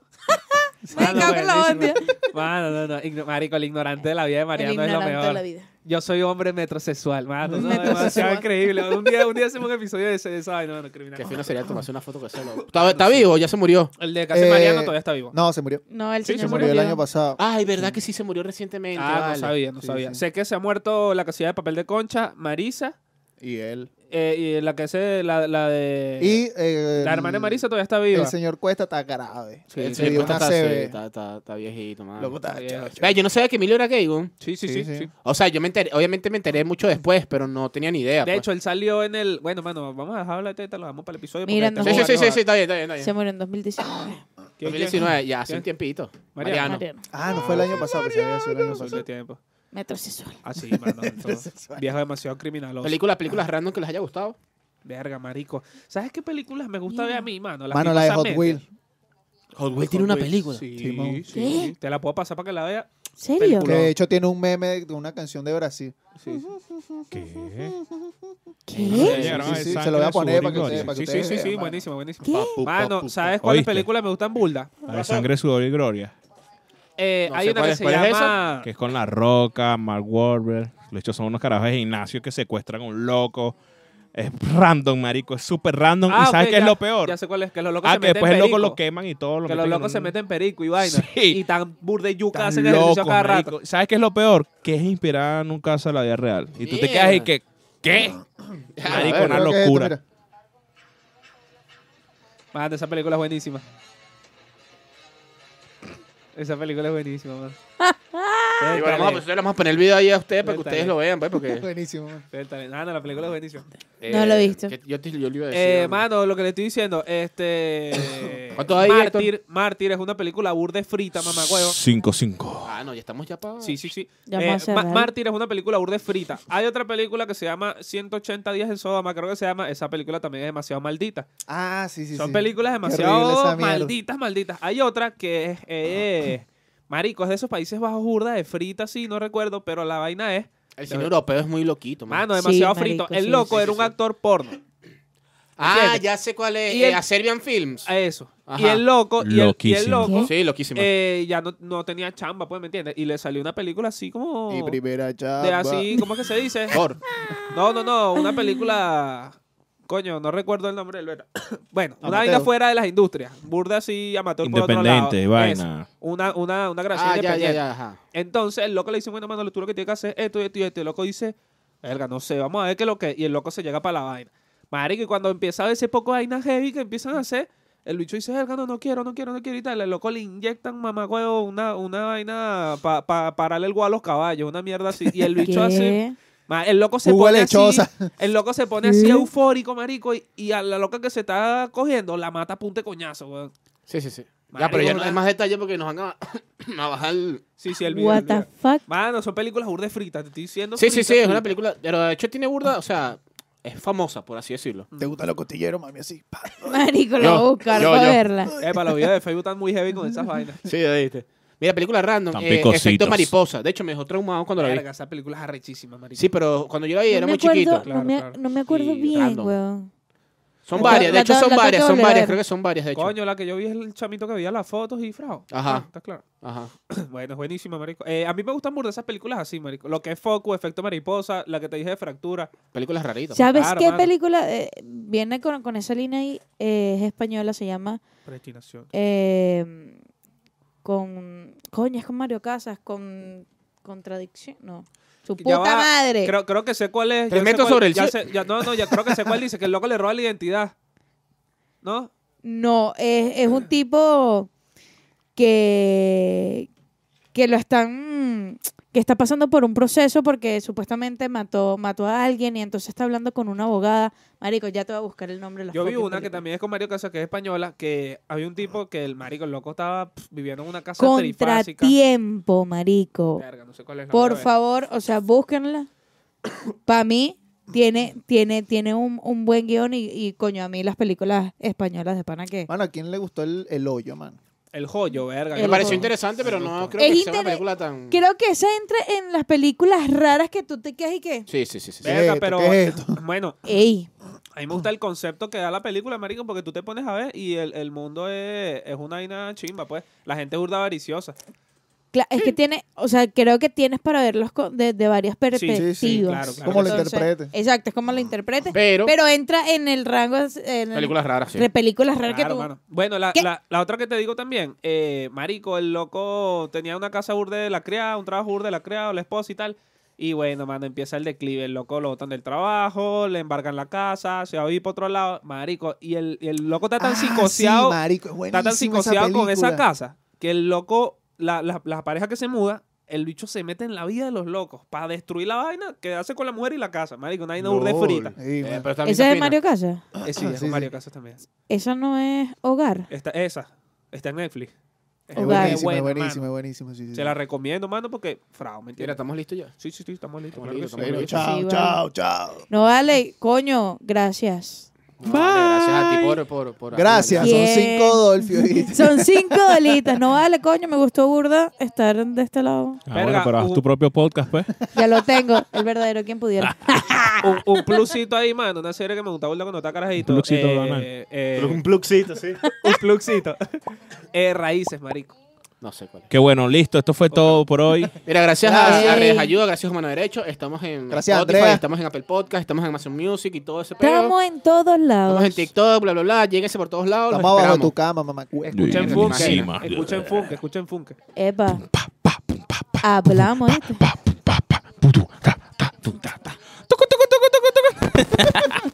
S5: me
S6: Mano,
S5: cago en la
S6: buenísimo.
S5: hostia.
S6: Mano, no, no. igno- Marico, el ignorante de la vida de
S5: El
S6: Mariano es lo
S5: ignorante de
S6: mejor.
S5: la vida.
S6: Yo soy hombre metrosexual, mano. No,
S5: Metrosexual.
S6: demasiado increíble. Un día, un día hacemos un episodio de ese, de esa vaina, mano, criminal.
S4: Que fue una serie, tomarse una foto que solo. ¿Está, está vivo? ¿Ya se murió?
S6: El de Casi
S2: Eh,
S6: Mariano todavía está vivo.
S2: No, se murió.
S5: No, el
S6: Sí, Ah,
S5: señor
S2: Se
S6: se
S2: murió el año pasado.
S4: Ay, ¿verdad que sí se murió recientemente?
S6: Ah, no
S4: vale.
S6: sabía, no
S2: Sí,
S6: sabía.
S2: sí.
S6: Sé que se ha muerto la que hacía de papel de concha, Marisa,
S2: Y él.
S6: eh, y la que hace la, la de...
S2: Y eh,
S6: la hermana de Marisa todavía está viva.
S2: El señor Cuesta está grave.
S4: Sí,
S2: Le
S4: sí,
S2: dio
S4: está,
S2: una
S4: sí,
S2: CB.
S4: está, está- está viejito, man.
S2: Loco, está
S6: Está
S2: chacho.
S4: Ve, yo no sabía que Emilio era gay, weón.
S6: Sí, sí,
S2: Sí,
S6: sí.
S2: sí.
S6: sí.
S4: O sea, yo me enteré, obviamente me enteré mucho después, pero no tenía ni idea.
S6: De
S4: pues.
S6: hecho, él salió en el... Bueno, mano, vamos a dejar hablar de teta, lo damos para el episodio. porque
S5: Mira,
S6: este
S5: no-
S4: sí,
S6: es
S4: sí,
S6: un
S4: sí, sí,
S6: lugar,
S4: sí, está bien, está bien. Está bien.
S5: Se murió en 2019.
S6: ¿Quién- quién-
S4: 2019, ya hace
S6: ¿Quién?
S4: un tiempito. Mariano.
S6: Mariano.
S5: Mariano.
S2: Ah, no fue el año pasado. pensé que había sido el año
S6: Pasó
S2: pasado.
S6: el tiempo.
S5: Metrosexual.
S6: Así, mano. entonces, Viejo demasiado criminaloso.
S4: Películas, películas random que les haya gustado.
S6: Verga, marico. ¿Sabes qué películas me gusta ver a mí, mano? Las
S2: Mano,
S6: que
S2: la de
S6: pasan
S2: Hot
S6: media.
S2: Wheels.
S4: Hot Wheels tiene una película.
S6: Sí,
S2: Simón.
S6: sí,
S5: ¿Qué?
S6: sí. Te la puedo pasar para que la veas.
S5: ¿Serio?
S2: Que de hecho tiene un meme de una canción de Brasil.
S6: Sí, sí.
S3: ¿Qué?
S5: ¿Qué?
S2: Sí, sí, sí, se lo voy a poner para que ustedes- para que
S6: Sí, sí,
S2: ustedes
S6: sí, sí,
S2: vean, mano.
S6: buenísimo, buenísimo.
S5: ¿Qué?
S6: Mano, ¿sabes cuáles
S3: ¿Oíste?
S6: películas me gustan burda?
S3: sangre, sudor y gloria.
S6: Eh,
S4: No
S6: hay
S4: sé
S6: una
S4: cuál
S6: que
S4: es-
S6: se
S4: cuál es
S6: llama...
S3: Que es con La Roca, Mark Wahlberg. Los hechos son unos carajos de gimnasio que secuestran a un loco. Es random, marico. Es súper random.
S6: Ah,
S3: ¿Y sabes
S6: ok,
S3: qué es
S6: ya-
S3: lo peor?
S6: Ya sé cuál es, que los locos
S3: ah,
S6: se
S3: que
S6: meten
S3: después el loco
S6: perico.
S3: lo queman y todo. Lo
S6: Que los
S3: meten en
S6: locos se
S3: un-
S6: meten perico y vaina.
S3: Sí.
S6: Y tan burde yuca
S3: Están
S6: hacen ejercicio
S3: locos,
S6: cada rato.
S3: marico. ¿Sabes qué es lo peor? Que es inspirada en un caso de la vida real. Y tú te
S4: Mierda.
S3: quedas y que... ¿Qué? Marico,
S4: ver,
S3: una
S2: Creo que es esto,
S3: locura.
S2: mira.
S6: Mano, esa película es buenísima. Esa película es buenísima, mano.
S4: Y bueno, vamos a- le vamos a poner el video ahí a ustedes para que ustedes lo vean, pues, porque... eh,
S2: Buenísimo. mano.
S6: Ah, no, la película es buenísima.
S5: No lo he visto.
S4: que Yo, te- yo le iba a decir...
S6: Eh,
S4: algo.
S6: mano, lo que le estoy diciendo, este.
S4: ¿Cuánto hay,
S6: Mártir, Mártir es una película burde frita, mamá huevo.
S3: 5-5.
S4: Ah, no, ya estamos ya para...
S6: Sí, sí, sí.
S5: Ya vamos
S6: Eh,
S5: a
S6: Ma-
S5: cerrar.
S6: Mártir es una película burde frita. Hay otra película que se llama 180 días en Sodoma, creo que se llama. Esa película también es demasiado maldita.
S2: Ah, sí, sí.
S6: Son
S2: sí.
S6: películas
S2: Qué horrible esa
S6: demasiado
S2: mierda.
S6: malditas, malditas. Hay otra que es. eh, marico, es de esos Países Bajos, burda, de frita, sí, no recuerdo, pero la Ah, vaina es.
S4: El cine europeo es muy loquito, man.
S6: Mano,
S5: Sí,
S6: demasiado
S5: marico,
S6: frito. El
S5: sí,
S6: loco
S4: sí,
S6: era
S4: sí,
S6: un
S4: sí.
S6: actor porno.
S4: ah,
S6: ¿entiendes?
S4: ya sé cuál es.
S6: Y
S4: eh,
S6: el-
S4: a Serbian Films.
S6: A Eso. Y
S4: Ajá.
S6: el loco. Y el, y el
S3: Loquísimo.
S6: loco.
S4: Sí, Ah, loquísima.
S6: eh, ya no, no tenía chamba, pues, ¿me entiendes? Y le salió una película así como.
S2: Mi primera chapa.
S6: De así, ¿cómo es que se dice?
S4: Por.
S6: No, no, no, una película. Coño, no recuerdo el nombre del beta. Bueno, una
S2: Amateur.
S6: vaina fuera de las industrias. Burda así, amateur por
S3: Independiente,
S6: otro lado. Eso.
S3: vaina.
S6: Una, una, una gracia
S4: Ah, ya,
S6: independiente.
S4: ya, ya, ajá.
S6: Entonces el loco le dice, bueno, mano, tú lo que tienes que hacer es esto y esto y esto. Y el loco dice, verga, no sé, vamos a ver qué es lo que es". Y el loco se llega para la vaina. Marico, y cuando empieza a ver ese poco de vaina heavy que empiezan a hacer, el bicho dice, verga, no, no quiero, no quiero, no quiero y tal. El loco le inyectan, mamá, una, una vaina para pararle el huevo a los caballos, una mierda así. Y el bicho hace...
S5: ¿Qué?
S6: Ma- El loco se
S2: Jugo
S6: pone
S2: lechosa.
S6: así, el loco se pone así eufórico, marico, y, y a la loca que se está cogiendo la mata a punte coñazo, weón.
S4: Sí, sí, sí. Ya,
S6: Marico,
S4: pero ya no
S6: una-
S4: es más detalle porque nos van a, a bajar el...
S6: Sí, sí, el video.
S5: What
S6: el
S5: the
S6: video.
S5: fuck?
S6: Mano, son películas burdes fritas, te estoy diciendo.
S4: Sí, sí,
S6: fritas,
S4: sí, es una
S6: fritas.
S4: película... Pero de hecho tiene burda, o sea, es famosa, por así decirlo.
S2: ¿Te gusta lo costillero, mami? Así. pa.
S5: Marico, la
S4: Yo,
S5: voy a buscar
S4: yo,
S5: para
S4: yo.
S5: verla.
S6: Epa, los videos de Facebook están muy heavy con esas vainas.
S4: Sí, ya viste. Mira, película random.
S3: Tan
S4: eh, efecto
S3: picositos.
S4: mariposa. De hecho, me dejó traumado cuando la vi.
S6: Verga, esa película es arrechísima, marico.
S4: Sí, pero cuando yo la vi
S5: no
S4: era
S5: me
S4: muy
S5: acuerdo,
S4: chiquito.
S5: no,
S6: claro,
S5: me,
S6: claro.
S5: no me acuerdo
S4: Y
S5: bien,
S4: random.
S5: weón.
S4: Son
S5: La-
S4: varias, de
S5: la
S4: hecho
S5: tengo-
S4: son
S5: la tengo
S4: varias,
S5: que
S4: son
S5: volver a
S4: varias,
S5: ver.
S4: creo que son varias, de hecho.
S6: Coño, la que yo vi es el chamito que veía las fotos y frao.
S4: Ajá.
S6: Ah, Está claro.
S4: Ajá.
S6: Bueno, es buenísima, marico. Eh, a mí me gustan burdes esas películas así, marico. Lo que es Focus, Efecto Mariposa, la que te dije de Fractura.
S4: Películas raritas.
S5: ¿Sabes
S6: Claro,
S5: qué
S6: mano.
S5: película eh, viene con, con esa línea ahí? Eh, es española, se llama...
S6: Predestinación.
S5: eh, con... Coño, es con Mario Casas, con... Contradicción, no. Su puta
S6: Ya va.
S5: madre.
S6: Eh, Creo, creo que sé cuál es.
S4: Tres
S6: yo sé
S4: metros
S6: cuál-
S4: sobre el
S6: ya
S4: cielo.
S6: sé- ya- No, no, ya creo que sé cuál dice, que el loco le roba la identidad. ¿No?
S5: No, es, es un tipo que, que lo están que está pasando por un proceso porque supuestamente mató, mató a alguien y entonces está hablando con una abogada. Marico, ya te voy a buscar el nombre de la
S6: Yo vi
S5: fucking
S6: una que
S5: película.
S6: también es con Mario Casas, que es española, que había un tipo que el marico, el loco, estaba pff, viviendo en una casa trifásica.
S5: Contratiempo, marico.
S6: Verga, no sé cuál es la
S5: Por
S6: otra vez.
S5: favor, o sea, búsquenla. Para mí tiene tiene tiene un, un buen guión y, y, coño, a mí las películas españolas de pana que
S2: Mano, ¿a quién le gustó el, el hoyo, mano?
S6: El joyo, verga.
S5: El
S4: Me
S6: Yo-
S4: pareció
S5: ojo.
S4: interesante, pero no creo
S5: Es
S4: que sea una
S5: inter-
S4: película tan...
S5: Creo que esa entra en las películas raras que tú te quedas y que
S4: Sí, sí, sí, sí. sí.
S2: Ve-
S6: Verga,
S2: ¿Qué
S6: pero
S2: es esto?
S6: bueno,
S5: Ey,
S6: a mí me gusta el concepto que da la película, marico, porque tú te pones a ver y el, el mundo es, es una vaina chimba, pues. La gente es burda avariciosa.
S5: Cla- Es que tiene, o sea, creo que tienes para verlos co- de, de varias perspectivas.
S2: sí, sí,
S6: claro, claro.
S2: Como lo
S5: Entonces,
S2: interprete.
S5: Exacto, es como lo interpretes.
S4: Pero-
S5: Pero, entra en el rango en el-
S4: Películas raras, sí.
S5: de películas raras
S6: Claro,
S5: que tú.
S6: mano. Bueno, la,
S5: ¿Qué?
S6: la- la otra que te digo también, eh, Marico, el loco tenía una casa burde de la criada, un trabajo burde de la criada, la esposa y tal. Y bueno, mano, empieza el declive. El loco lo botan del trabajo, le embargan la casa, se va a vivir para otro lado. Marico, y el, y el loco está tan
S2: Ah,
S6: psicoseado.
S2: sí, marico, es
S6: está tan
S2: buenísima esa
S6: psicoseado con esa
S2: película.
S6: casa que el loco, la, la- la pareja que se muda, el bicho se mete en la vida de los locos para destruir la vaina, quedarse con la mujer y la casa. Marico, una vaina burde
S4: Lol.
S6: frita.
S2: Sí,
S4: Eh,
S2: mano.
S4: pero también está
S5: Esa es de
S4: fina.
S5: Mario Casas.
S6: Eh, sí,
S2: Ah,
S6: es
S2: sí,
S6: un Mario
S2: sí.
S6: Casas también.
S5: Eso no es hogar.
S6: Esta, esa, está en Netflix.
S2: Es
S6: Es
S5: Ok.
S6: buena,
S2: buenísima,
S6: buena,
S2: buenísima,
S6: mano.
S2: buenísima. sí, sí,
S6: Se la recomiendo, mano, porque frao, ¿me
S4: Mira,
S6: entiendes?
S4: ¿estamos listos ya?
S6: Sí, sí, sí, estamos listos.
S4: Estamos
S6: claro que
S4: listos,
S6: sí.
S4: estamos
S2: Bueno,
S4: listos.
S2: chao,
S5: Sí, vale.
S2: chao, chao.
S5: No vale, coño, gracias.
S4: No, vale, gracias a ti por... por, por
S2: Gracias, son
S5: Bien.
S2: cinco Dolphy. ¿oíste?
S5: Son cinco dolitas, no vale, coño, me gustó burda estar de este lado.
S3: Ah,
S6: Verga,
S3: bueno, pero haz
S6: hubo-
S3: tu propio podcast, pues.
S5: Ya lo tengo, el verdadero quien pudiera.
S6: un, un plusito ahí, mano. Una serie que me gustaba burda cuando estaba carajito.
S3: Un pluxito,
S6: Eh,
S3: Donald.
S6: eh,
S8: Un pluxito, sí.
S6: un pluxito. Eh, raíces, marico.
S4: No sé cuál es.
S3: Qué bueno, listo. Esto fue todo por hoy.
S4: Mira, gracias
S5: Ay.
S4: a, a Redes Ayuda, gracias a Humano Derecho, estamos en
S2: Gracias,
S4: Spotify,
S2: Andrea.
S4: estamos en Apple Podcast, estamos en Amazon Music y todo ese pedo.
S5: Estamos en todos lados.
S4: Estamos en TikTok, bla, bla, bla, lléguense por todos lados, los
S2: Estamos abajo de
S4: esperamos.
S2: tu cama, mamá. cueca.
S6: Escuchen
S4: Sí,
S6: Funke.
S4: sí,
S3: ma.
S6: Escuchen Funke, escuchen Funke.
S5: Epa. Hablamos, ¿viste?
S3: Pa, pu, pa, pa, pu, tu, ta, ta, tu, ta, ta. Tucu, tucu, tucu, tucu, tucu.